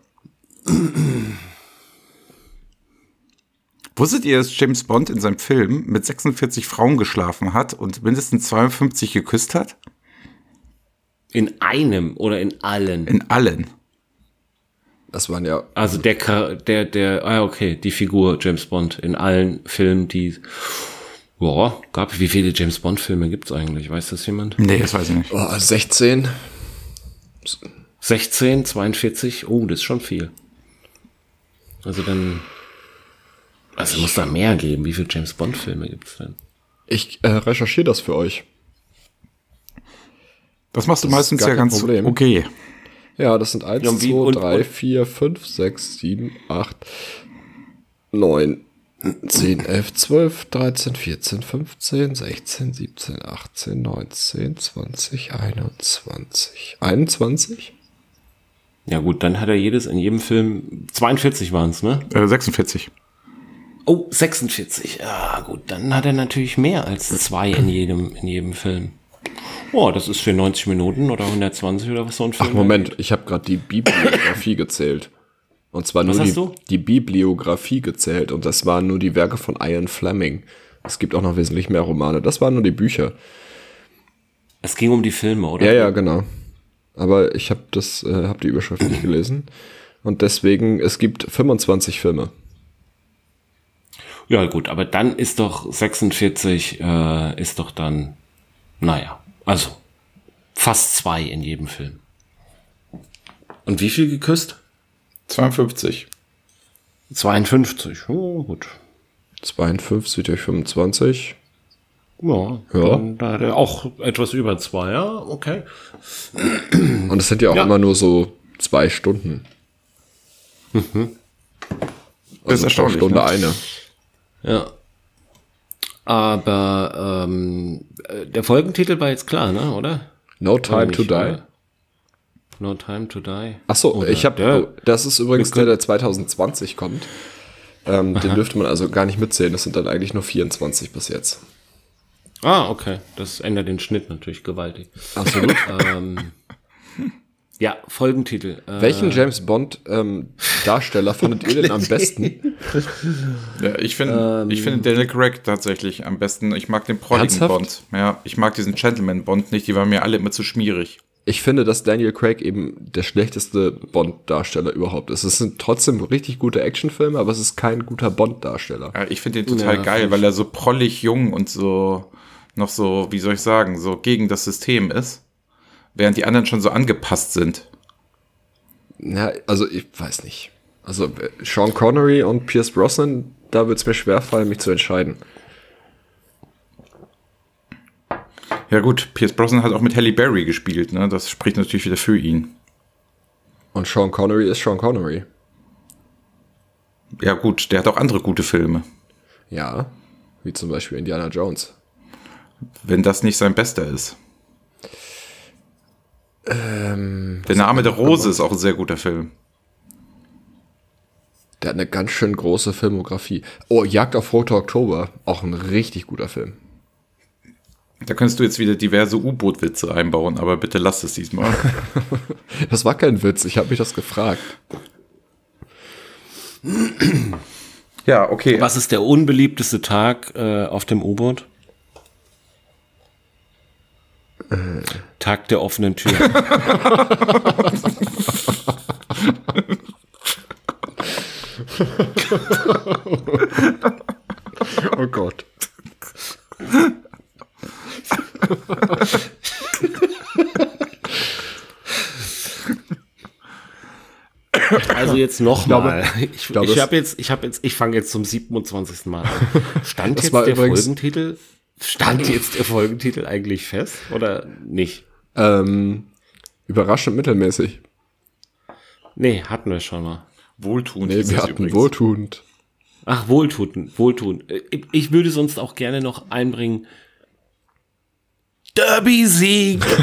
Wusstet ihr, dass James Bond in seinem Film mit 46 Frauen geschlafen hat und mindestens 52 geküsst hat?
In einem oder in allen.
In allen.
das waren ja
Also der, Char- der, der, ah, okay, die Figur James Bond in allen Filmen, die, boah, gab, wie viele James Bond Filme gibt's eigentlich? Weiß das jemand?
Nee, das weiß ich nicht.
oh, 16.
16, 42, oh, das ist schon viel. Also dann, also muss da mehr geben. Wie viele James Bond Filme gibt's denn?
Ich äh, recherchiere das für euch.
Das machst du
Das ist
meistens
gar
ja
kein
ganz
Problem.
okay.
Ja, das sind 1,
Ja, und wie-
2,
und-
3,
und-
4, 5, 6, 7, 8, 9, 10, 11, 12, 13, 14, 15, 16, 17, 18, 19, 20, 21. 21?
Ja gut, dann hat er jedes, in jedem Film, 42 waren's, ne?
Äh, 46.
Oh, 46. Ah, gut, dann hat er natürlich mehr als zwei in jedem, in jedem Film. Oh, das ist für 90 Minuten oder 120 oder was so ein Film.
Ach, Moment, ich habe gerade die Bibliografie gezählt. Und zwar nur
hast
die,
du?
die Bibliografie gezählt. Und das waren nur die Werke von Ian Fleming. Es gibt auch noch wesentlich mehr Romane. Das waren nur die Bücher.
Es ging um die Filme, oder?
Ja, ja, genau. Aber ich habe das, äh, habe die Überschrift nicht gelesen. Und deswegen, es gibt 25 Filme.
Ja, gut, aber dann ist doch 46, äh, ist doch dann, naja, also fast zwei in jedem Film. Und wie viel geküsst?
52.
52. Oh, gut.
52 durch 25.
Ja,
Ja.
Dann, da hat er auch etwas über zwei, ja, okay.
Und es sind ja auch
Ja.
immer nur so zwei Stunden. Also
ist erstaunlich,
Stunde
ne?
eine.
Ja. Aber ähm, äh, der Folgentitel war jetzt klar, ne, oder?
No Time to
nicht,
Die.
oder? No Time to Die.
Ach so, ich
der-
habe, das ist übrigens der, der 2020 kommt. Ähm, den dürfte man also gar nicht mitzählen. Das sind dann eigentlich nur 24 bis jetzt.
Ah, okay. Das ändert den Schnitt natürlich gewaltig.
Absolut.
ähm, ja, Folgentitel. Äh,
Welchen James Bond ähm, Darsteller fandet ihr denn am besten?
Ja, ich finde ich finde Daniel Craig tatsächlich am besten. Ich mag den prolligen
Ernsthaft?
Bond. Ja, ich mag diesen Gentleman Bond nicht. Die waren mir alle immer zu schmierig.
Ich finde, dass Daniel Craig eben der schlechteste Bond-Darsteller überhaupt ist. Es sind trotzdem richtig gute Actionfilme, aber es ist kein guter Bond-Darsteller.
Ja, ich finde den total geil, weil er so prollig jung und so noch so, wie soll ich sagen, so gegen das System ist, während die anderen schon so angepasst sind.
Ja, also ich weiß nicht. Also äh, Sean Connery und Pierce Brosnan, da wird es mir schwerfallen, mich zu entscheiden.
Ja gut, Pierce Brosnan hat auch mit Halle Berry gespielt, ne? Das spricht natürlich wieder für ihn.
Und Sean Connery ist Sean Connery.
Ja gut, der hat auch andere gute Filme.
Ja, wie zum Beispiel Indiana Jones.
Wenn das nicht sein bester ist. der Name der Rose ist auch ein sehr guter Film.
Der hat eine ganz schön große Filmografie. Oh, Jagd auf Rote Oktober, auch ein richtig guter Film.
Da könntest du jetzt wieder diverse U-Boot-Witze einbauen, aber bitte lass es diesmal.
Das war kein Witz, ich habe mich das gefragt.
ja, okay.
Was ist der unbeliebteste Tag äh, auf dem U-Boot? Äh. Tag der offenen Tür.
Oh Gott.
Also jetzt nochmal. Ich,
glaube,
ich, ich
es-
habe jetzt, ich habe jetzt, ich fange jetzt zum 27. Mal an. Stand
Das
jetzt
war
der
übrigens-
Folgentitel? Stand jetzt der Folgentitel eigentlich fest oder nicht?
Ähm, Überraschend mittelmäßig.
Nee, hatten wir schon mal.
Wohltuend
Nee,
ist
wir
das
hatten
übrigens.
wohltuend.
Ach, Wohltuten, Wohltun. Äh, Ich würde sonst auch gerne noch einbringen. Derby-Sieg!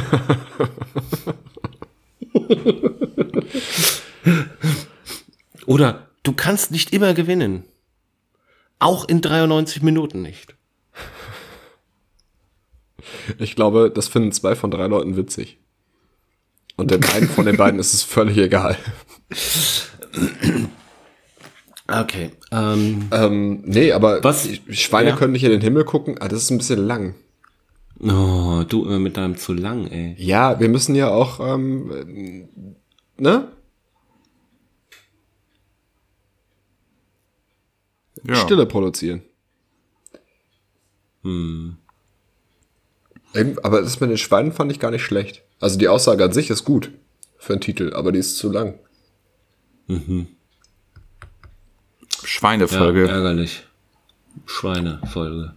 Oder du kannst nicht immer gewinnen. Auch in 93 Minuten nicht.
Ich glaube, das finden zwei von drei Leuten witzig. Und dem einen von den beiden ist es völlig egal.
Okay. Ähm,
Ähm, nee, aber
Was?
Schweine
Ja.
können nicht in den Himmel gucken. Ah, das ist ein bisschen lang.
Oh, du immer mit deinem zu lang, ey.
Ja, wir müssen ja auch, ähm, ne?
Ja.
Stille produzieren. Hm. Aber das mit den Schweinen fand ich gar nicht schlecht. Also die Aussage an sich ist gut für einen Titel, aber die ist zu lang.
Ja, äh,
Schweinefolge.
ärgerlich. Schweinefolge.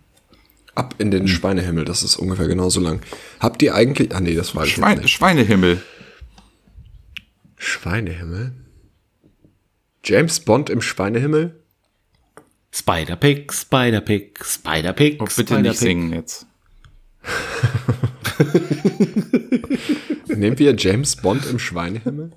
Ab in den Schweinehimmel, das ist ungefähr genauso lang. Habt ihr eigentlich. Ah nee, das war
Schwein, Schweinehimmel.
Schweinehimmel? James Bond im Schweinehimmel?
Spider-Pig, Spider-Pig, Spider-Pig,
Oh, bitte
Spider-Pig.
nicht singen jetzt.
Nehmen wir James Bond im Schweinehimmel?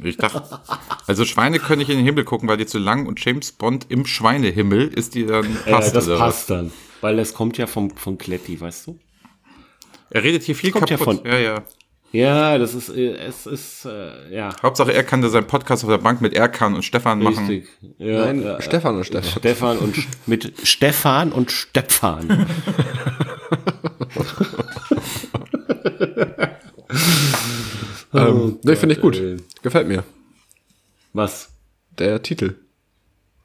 Ich dachte, also Schweine können nicht in den Himmel gucken, weil die zu lang und James Bond im Schweinehimmel ist die dann passt.
ja, das
oder
passt dann. Weil das kommt ja vom, von Kletti, weißt du?
was? Er redet hier viel
Kommt ja
kaputt.
von-
Ja, ja.
Ja, das ist, äh, es ist, äh, ja,
Hauptsache, er kann da seinen Podcast auf der Bank mit Erkan und Stefan machen.
richtig. Ja,
Nein,
ja,
Stefan und Ähm, Stefan.
Stefan und Sch- mit Stefan und Stepfan. Oh
ähm, nee, finde ich gut. Gefällt mir.
Was?
Der Titel.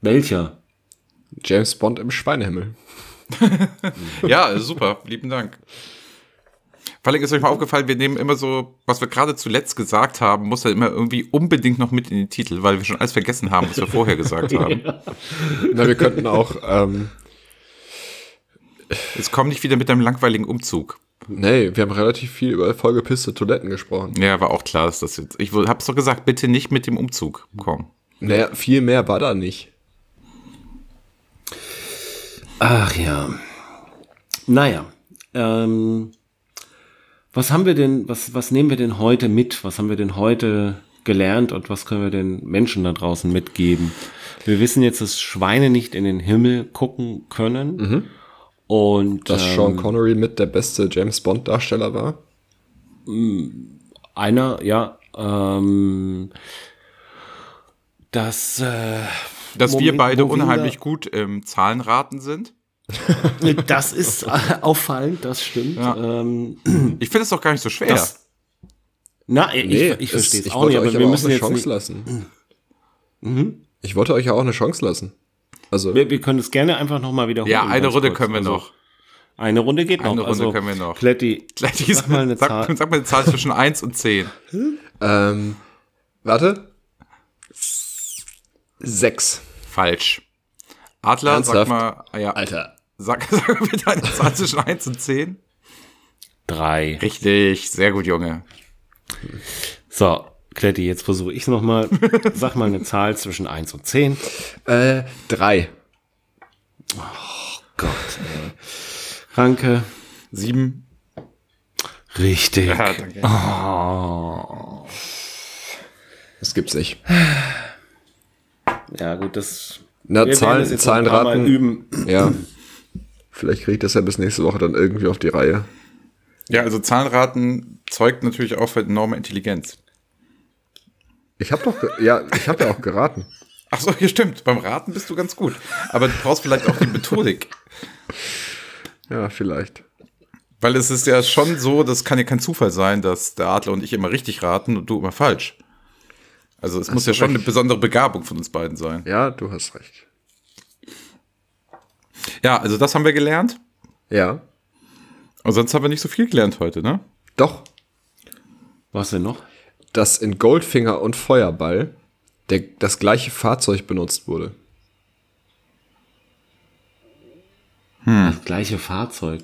Welcher?
James Bond im Schweinehimmel.
Ja, super. Lieben Dank. Vor allem ist euch mal aufgefallen, wir nehmen immer so, was wir gerade zuletzt gesagt haben, muss dann immer irgendwie unbedingt noch mit in den Titel, weil wir schon alles vergessen haben, was wir vorher gesagt haben.
Na, wir könnten auch, ähm,
Jetzt komm nicht wieder mit deinem langweiligen Umzug.
nee, wir haben relativ viel über vollgepisste Toiletten gesprochen.
Ja, war auch klar, dass das jetzt. Ich wo- hab's doch gesagt, bitte nicht mit dem Umzug kommen.
Naja, viel mehr war da nicht.
Ach ja. Naja. Ähm, was haben wir denn, was, was nehmen wir denn heute mit? Was haben wir denn heute gelernt und was können wir den Menschen da draußen mitgeben? Wir wissen jetzt, dass Schweine nicht in den Himmel gucken können. Und
Dass
ähm,
Sean Connery mit der beste James Bond Darsteller war.
einer, ja, ähm, dass äh,
Dass wir
Moment,
beide
Movila-
unheimlich gut im Zahlenraten sind.
das ist äh, auffallend, das stimmt.
Ja.
Ähm,
Ich finde es doch gar nicht so schwer.
das, na, ich, ich, ich
es-
verstehe es
ich
auch
wollte
nicht, aber
euch
wir
auch
müssen
eine
jetzt
Chance
nicht, Mhm.
lassen. Ich wollte euch ja auch eine Chance lassen. Also,
Wir, wir können es gerne einfach nochmal wiederholen.
ja, eine
ganz
Runde
kurz.
können wir
Also,
noch.
Eine Runde geht noch.
Eine Runde
also,
können wir noch.
Kletti,
Gleich diese,
sag mal eine
sag,
Zahl.
sag mal eine Zahl zwischen 1 und 10.
ähm, warte. Sechs.
Falsch. Adler,
Ernsthaft?
sag mal, ah ja,
Alter.
Sag, sag mal bitte eine Zahl zwischen 1 und 10.
drei.
Richtig, sehr gut, Junge.
So, Kletti, jetzt versuche ich nochmal. Sag mal eine Zahl zwischen 1 und 10.
Äh, drei.
Gott, ey. Ranke.
7.
Richtig.
Ja, danke.
Das gibt's nicht.
Ja, gut, das.
Na,
wir werden das
Zahlen,
jetzt noch ein paar Mal
Zahlenraten.
üben.
Ja. Vielleicht kriege ich das ja bis nächste Woche dann irgendwie auf die Reihe.
ja, also Zahlenraten zeugt natürlich auch für enorme Intelligenz.
Ich habe doch, ge- ja, ich habe ja auch geraten.
Ach so, hier stimmt. Beim Raten bist du ganz gut. Aber du brauchst vielleicht auch die Methodik.
Ja, vielleicht.
Weil es ist ja schon so, das kann ja kein Zufall sein, dass der Adler und ich immer richtig raten und du immer falsch. Also es muss ja schon eine besondere Begabung von uns beiden sein.
Ja, du hast recht.
Ja, also das haben wir gelernt.
Ja.
Und sonst haben wir nicht so viel gelernt heute, ne?
Doch,
Was denn noch?
dass in Goldfinger und Feuerball der, das gleiche Fahrzeug benutzt wurde.
Hm. Das gleiche Fahrzeug.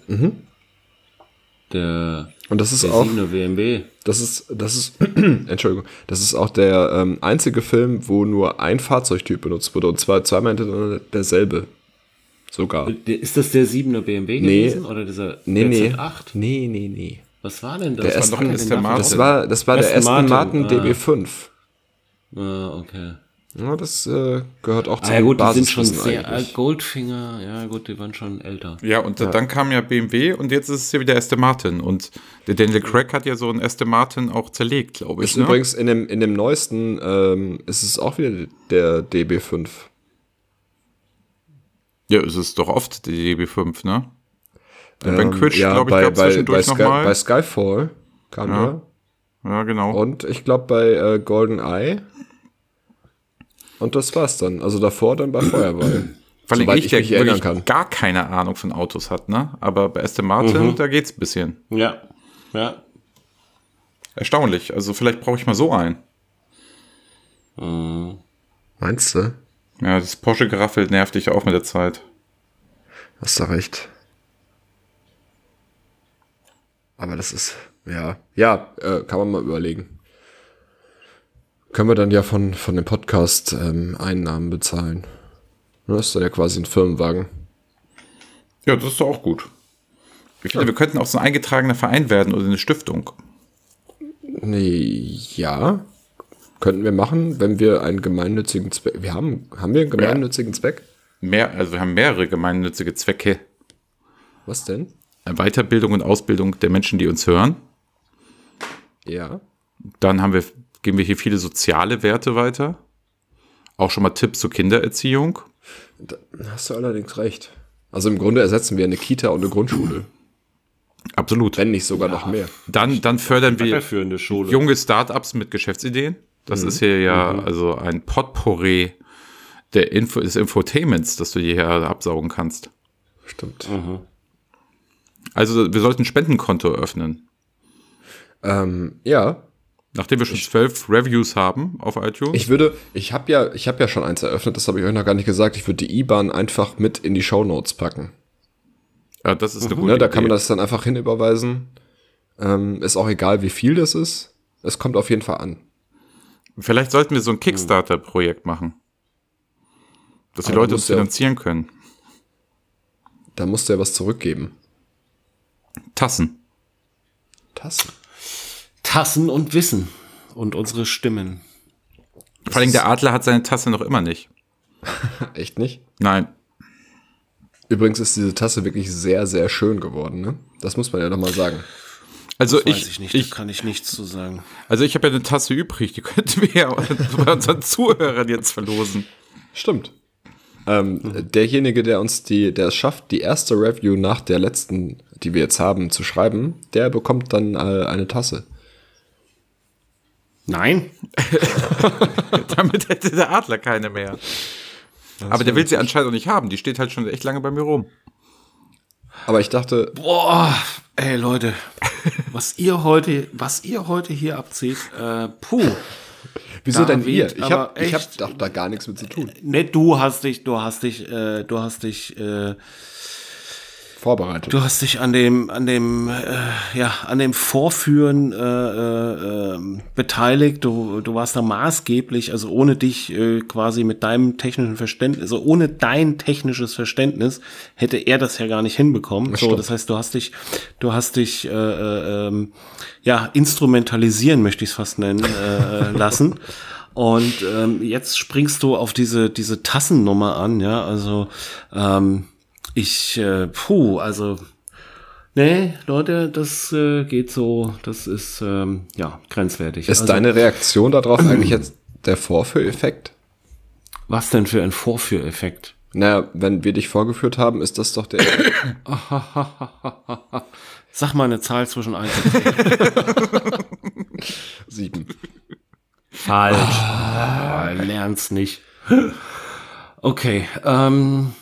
Der,
Mhm. Und das ist
der
auch,
Siebener WMB.
das ist, das ist, Entschuldigung, das ist auch der ähm, einzige Film, wo nur ein Fahrzeugtyp benutzt wurde und zwar zweimal hintereinander derselbe.
Äh,
Sogar.
Der- Ist das der 7er BMW
Nee.
gewesen? Oder dieser
Nee,
der
nee.
Z8?
Nee, nee, nee.
Was war denn das?
Der
Was
Aston-
war denn
ist der
dafür?
Das war, das war der
Aston
Aston Martin,
Martin,
DB5.
Ah, okay.
Ja, das äh, gehört auch zu
Ah, ja, gut, die sind schon
Basiswissen
sehr alt.
eigentlich.
Goldfinger, ja, gut, die waren schon älter.
Ja, und dann kam ja BMW und jetzt ist es ja wieder Aston Martin. Und der Daniel Craig hat ja so einen Aston Martin auch zerlegt, glaube ich.
Ist
ne?
übrigens in dem, in dem neuesten ähm, ist es auch wieder der DB5.
ja, es ist doch oft die DB5, ne? ben
Ähm,
Critch, glaube ich,
bei,
gab es
bei, bei,
zwischendurch
Sky, bei
nochmal.
Skyfall kam
Ja.
er.
Ja, genau.
Und ich glaube bei äh, Golden Eye. Und das war's dann. Also davor dann bei Feuerball.
Weil
Soweit
ich,
ich
der
mich erinnern
wirklich
kann.
gar keine Ahnung von Autos hat, ne? Aber bei Aston Martin,
Mhm.
da geht's ein bisschen.
Ja, ja.
Erstaunlich. Also vielleicht brauche ich mal so einen.
Meinst du?
Ja, das Porsche-Geraffel nervt dich auch mit der Zeit.
Hast du recht. Aber das ist, ja, ja, äh, kann man mal überlegen. Können wir dann ja von, von dem Podcast ähm, Einnahmen bezahlen. Das ist dann ja quasi ein Firmenwagen.
Ja, das ist doch auch gut. Ich finde, wir könnten auch so ein eingetragener Verein werden oder eine Stiftung.
Nee, ja. Könnten wir machen, wenn wir einen gemeinnützigen Zweck. Wir haben, haben wir einen gemeinnützigen Zweck?
Mehr, also wir haben mehrere gemeinnützige Zwecke.
Was denn?
Weiterbildung und Ausbildung der Menschen, die uns hören.
Ja.
Dann haben wir, geben wir hier viele soziale Werte weiter. Auch schon mal Tipps zur Kindererziehung.
Da hast du allerdings recht. Also im Grunde ersetzen wir eine Kita und eine Grundschule.
Absolut.
Wenn nicht sogar noch mehr.
Dann, dann fördern wir
Weiterführende Schule.
junge Startups mit Geschäftsideen.
Mhm.
Das ist hier ja also ein Potpourri der Info, des Infotainments, das du hierher absaugen kannst.
Stimmt.
Also wir sollten ein Spendenkonto öffnen.
Ähm, ja,
Nachdem wir schon zwölf Reviews haben auf iTunes.
Ich würde, ich habe ja, ich habe ja schon eins eröffnet, das habe ich euch noch gar nicht gesagt. Ich würde die IBAN einfach mit in die Shownotes packen.
ja, das ist eine gute
Ne, da kann man
Idee.
das dann einfach hinüberweisen. Ähm, ist auch egal, wie viel das ist. Es kommt auf jeden Fall an.
Vielleicht sollten wir so
Mhm.
ein Kickstarter-Projekt machen. Dass die
Aber
Leute
muss
uns
ja-
finanzieren können.
Da musst du ja was zurückgeben.
Tassen.
Tassen.
Tassen und Wissen. Und unsere Stimmen.
Vor allem der Adler hat seine Tasse noch immer nicht.
Echt nicht?
Nein.
Übrigens ist diese Tasse wirklich sehr, sehr schön geworden, ne? Das muss man ja nochmal sagen.
Also
Weiß
ich,
ich nicht,
ich,
da kann ich nichts zu sagen.
also ich habe ja eine Tasse übrig, die könnten wir ja bei unseren Zuhörern jetzt verlosen.
Stimmt. Ähm, Derjenige, der uns die, der es schafft, die erste Review nach der letzten, die wir jetzt haben, zu schreiben, der bekommt dann äh, eine Tasse.
Nein.
Damit hätte der Adler keine mehr. Aber der will sie anscheinend auch nicht haben. Die steht halt schon echt lange bei mir rum.
Aber ich dachte,
Boah, ey Leute, was ihr heute, was ihr heute hier abzieht, äh, puh.
Wieso
Da
denn ihr?
weht
Ich
aber
habe hab
echt-
doch da gar nichts mit zu tun.
Ne, du hast dich, du hast dich, äh, du hast dich, äh,
Vorbereitet.
du hast dich an dem, an dem, äh, ja, an dem Vorführen äh, äh, ähm, beteiligt. Du, du warst da maßgeblich, also ohne dich äh, quasi mit deinem technischen Verständnis, also ohne dein technisches Verständnis hätte er das ja gar nicht hinbekommen. so, das heißt, du hast dich, du hast dich, äh, äh, ähm, ja, instrumentalisieren möchte ich es fast nennen äh, äh, lassen. Und ähm, jetzt springst du auf diese, diese Tassennummer an, ja. Also ähm, ich, äh, puh, also nee, Leute, das äh, geht so, das ist ähm, ja grenzwertig.
Ist
also,
deine Reaktion darauf eigentlich jetzt der Vorführeffekt?
was denn für ein Vorführeffekt?
Naja, wenn wir dich vorgeführt haben, ist das doch der.
Sag mal eine Zahl zwischen 1 und
Sieben.
Falsch. Oh, lern's nicht. Okay, ähm,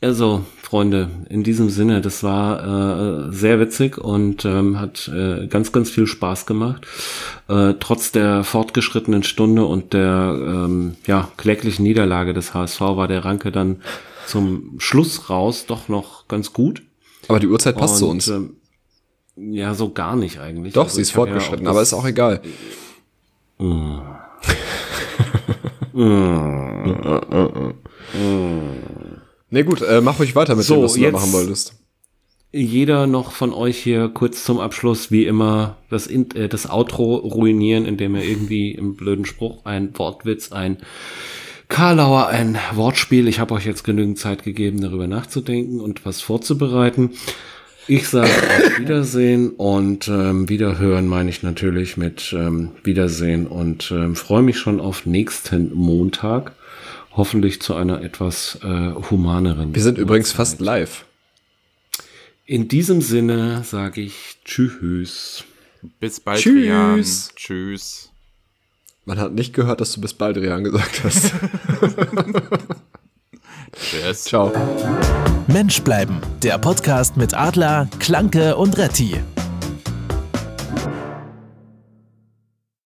also Freunde, in diesem Sinne, das war äh, sehr witzig und ähm, hat äh, ganz, ganz viel Spaß gemacht. Äh, trotz der fortgeschrittenen Stunde und der ähm, ja, kläglichen Niederlage des HSV war der Ranke dann zum Schluss raus doch noch ganz gut.
Aber die Uhrzeit passt zu
Und,
uns.
ähm, Ja, so gar nicht eigentlich.
Doch,
Also
sie ist
ich hab ja
fortgeschritten,
auch
aber
das- Hm.
ist auch egal.
Hm.
nee, gut, äh, mach ruhig weiter mit
So,
dem, was du da
jetzt-
machen wolltest.
jeder noch von euch hier kurz zum Abschluss, wie immer, das, In äh, das Outro ruinieren, indem er irgendwie im blöden Spruch ein Wortwitz, ein Karlauer, ein Wortspiel. Ich habe euch jetzt genügend Zeit gegeben, darüber nachzudenken und was vorzubereiten. Ich sage auf Wiedersehen und ähm, Wiederhören meine ich natürlich mit ähm, Wiedersehen und ähm, freue mich schon auf nächsten Montag. Hoffentlich zu einer etwas äh, humaneren.
Wir sind übrigens fast live.
In diesem Sinne sage ich Tschüss.
Bis bald,
Tschüss.
Rian. Tschüss.
Man hat nicht gehört, dass du bis bald, Rian, gesagt hast.
Tschüss.
Ciao.
Mensch bleiben, der Podcast mit Adler, Klanke und Retti.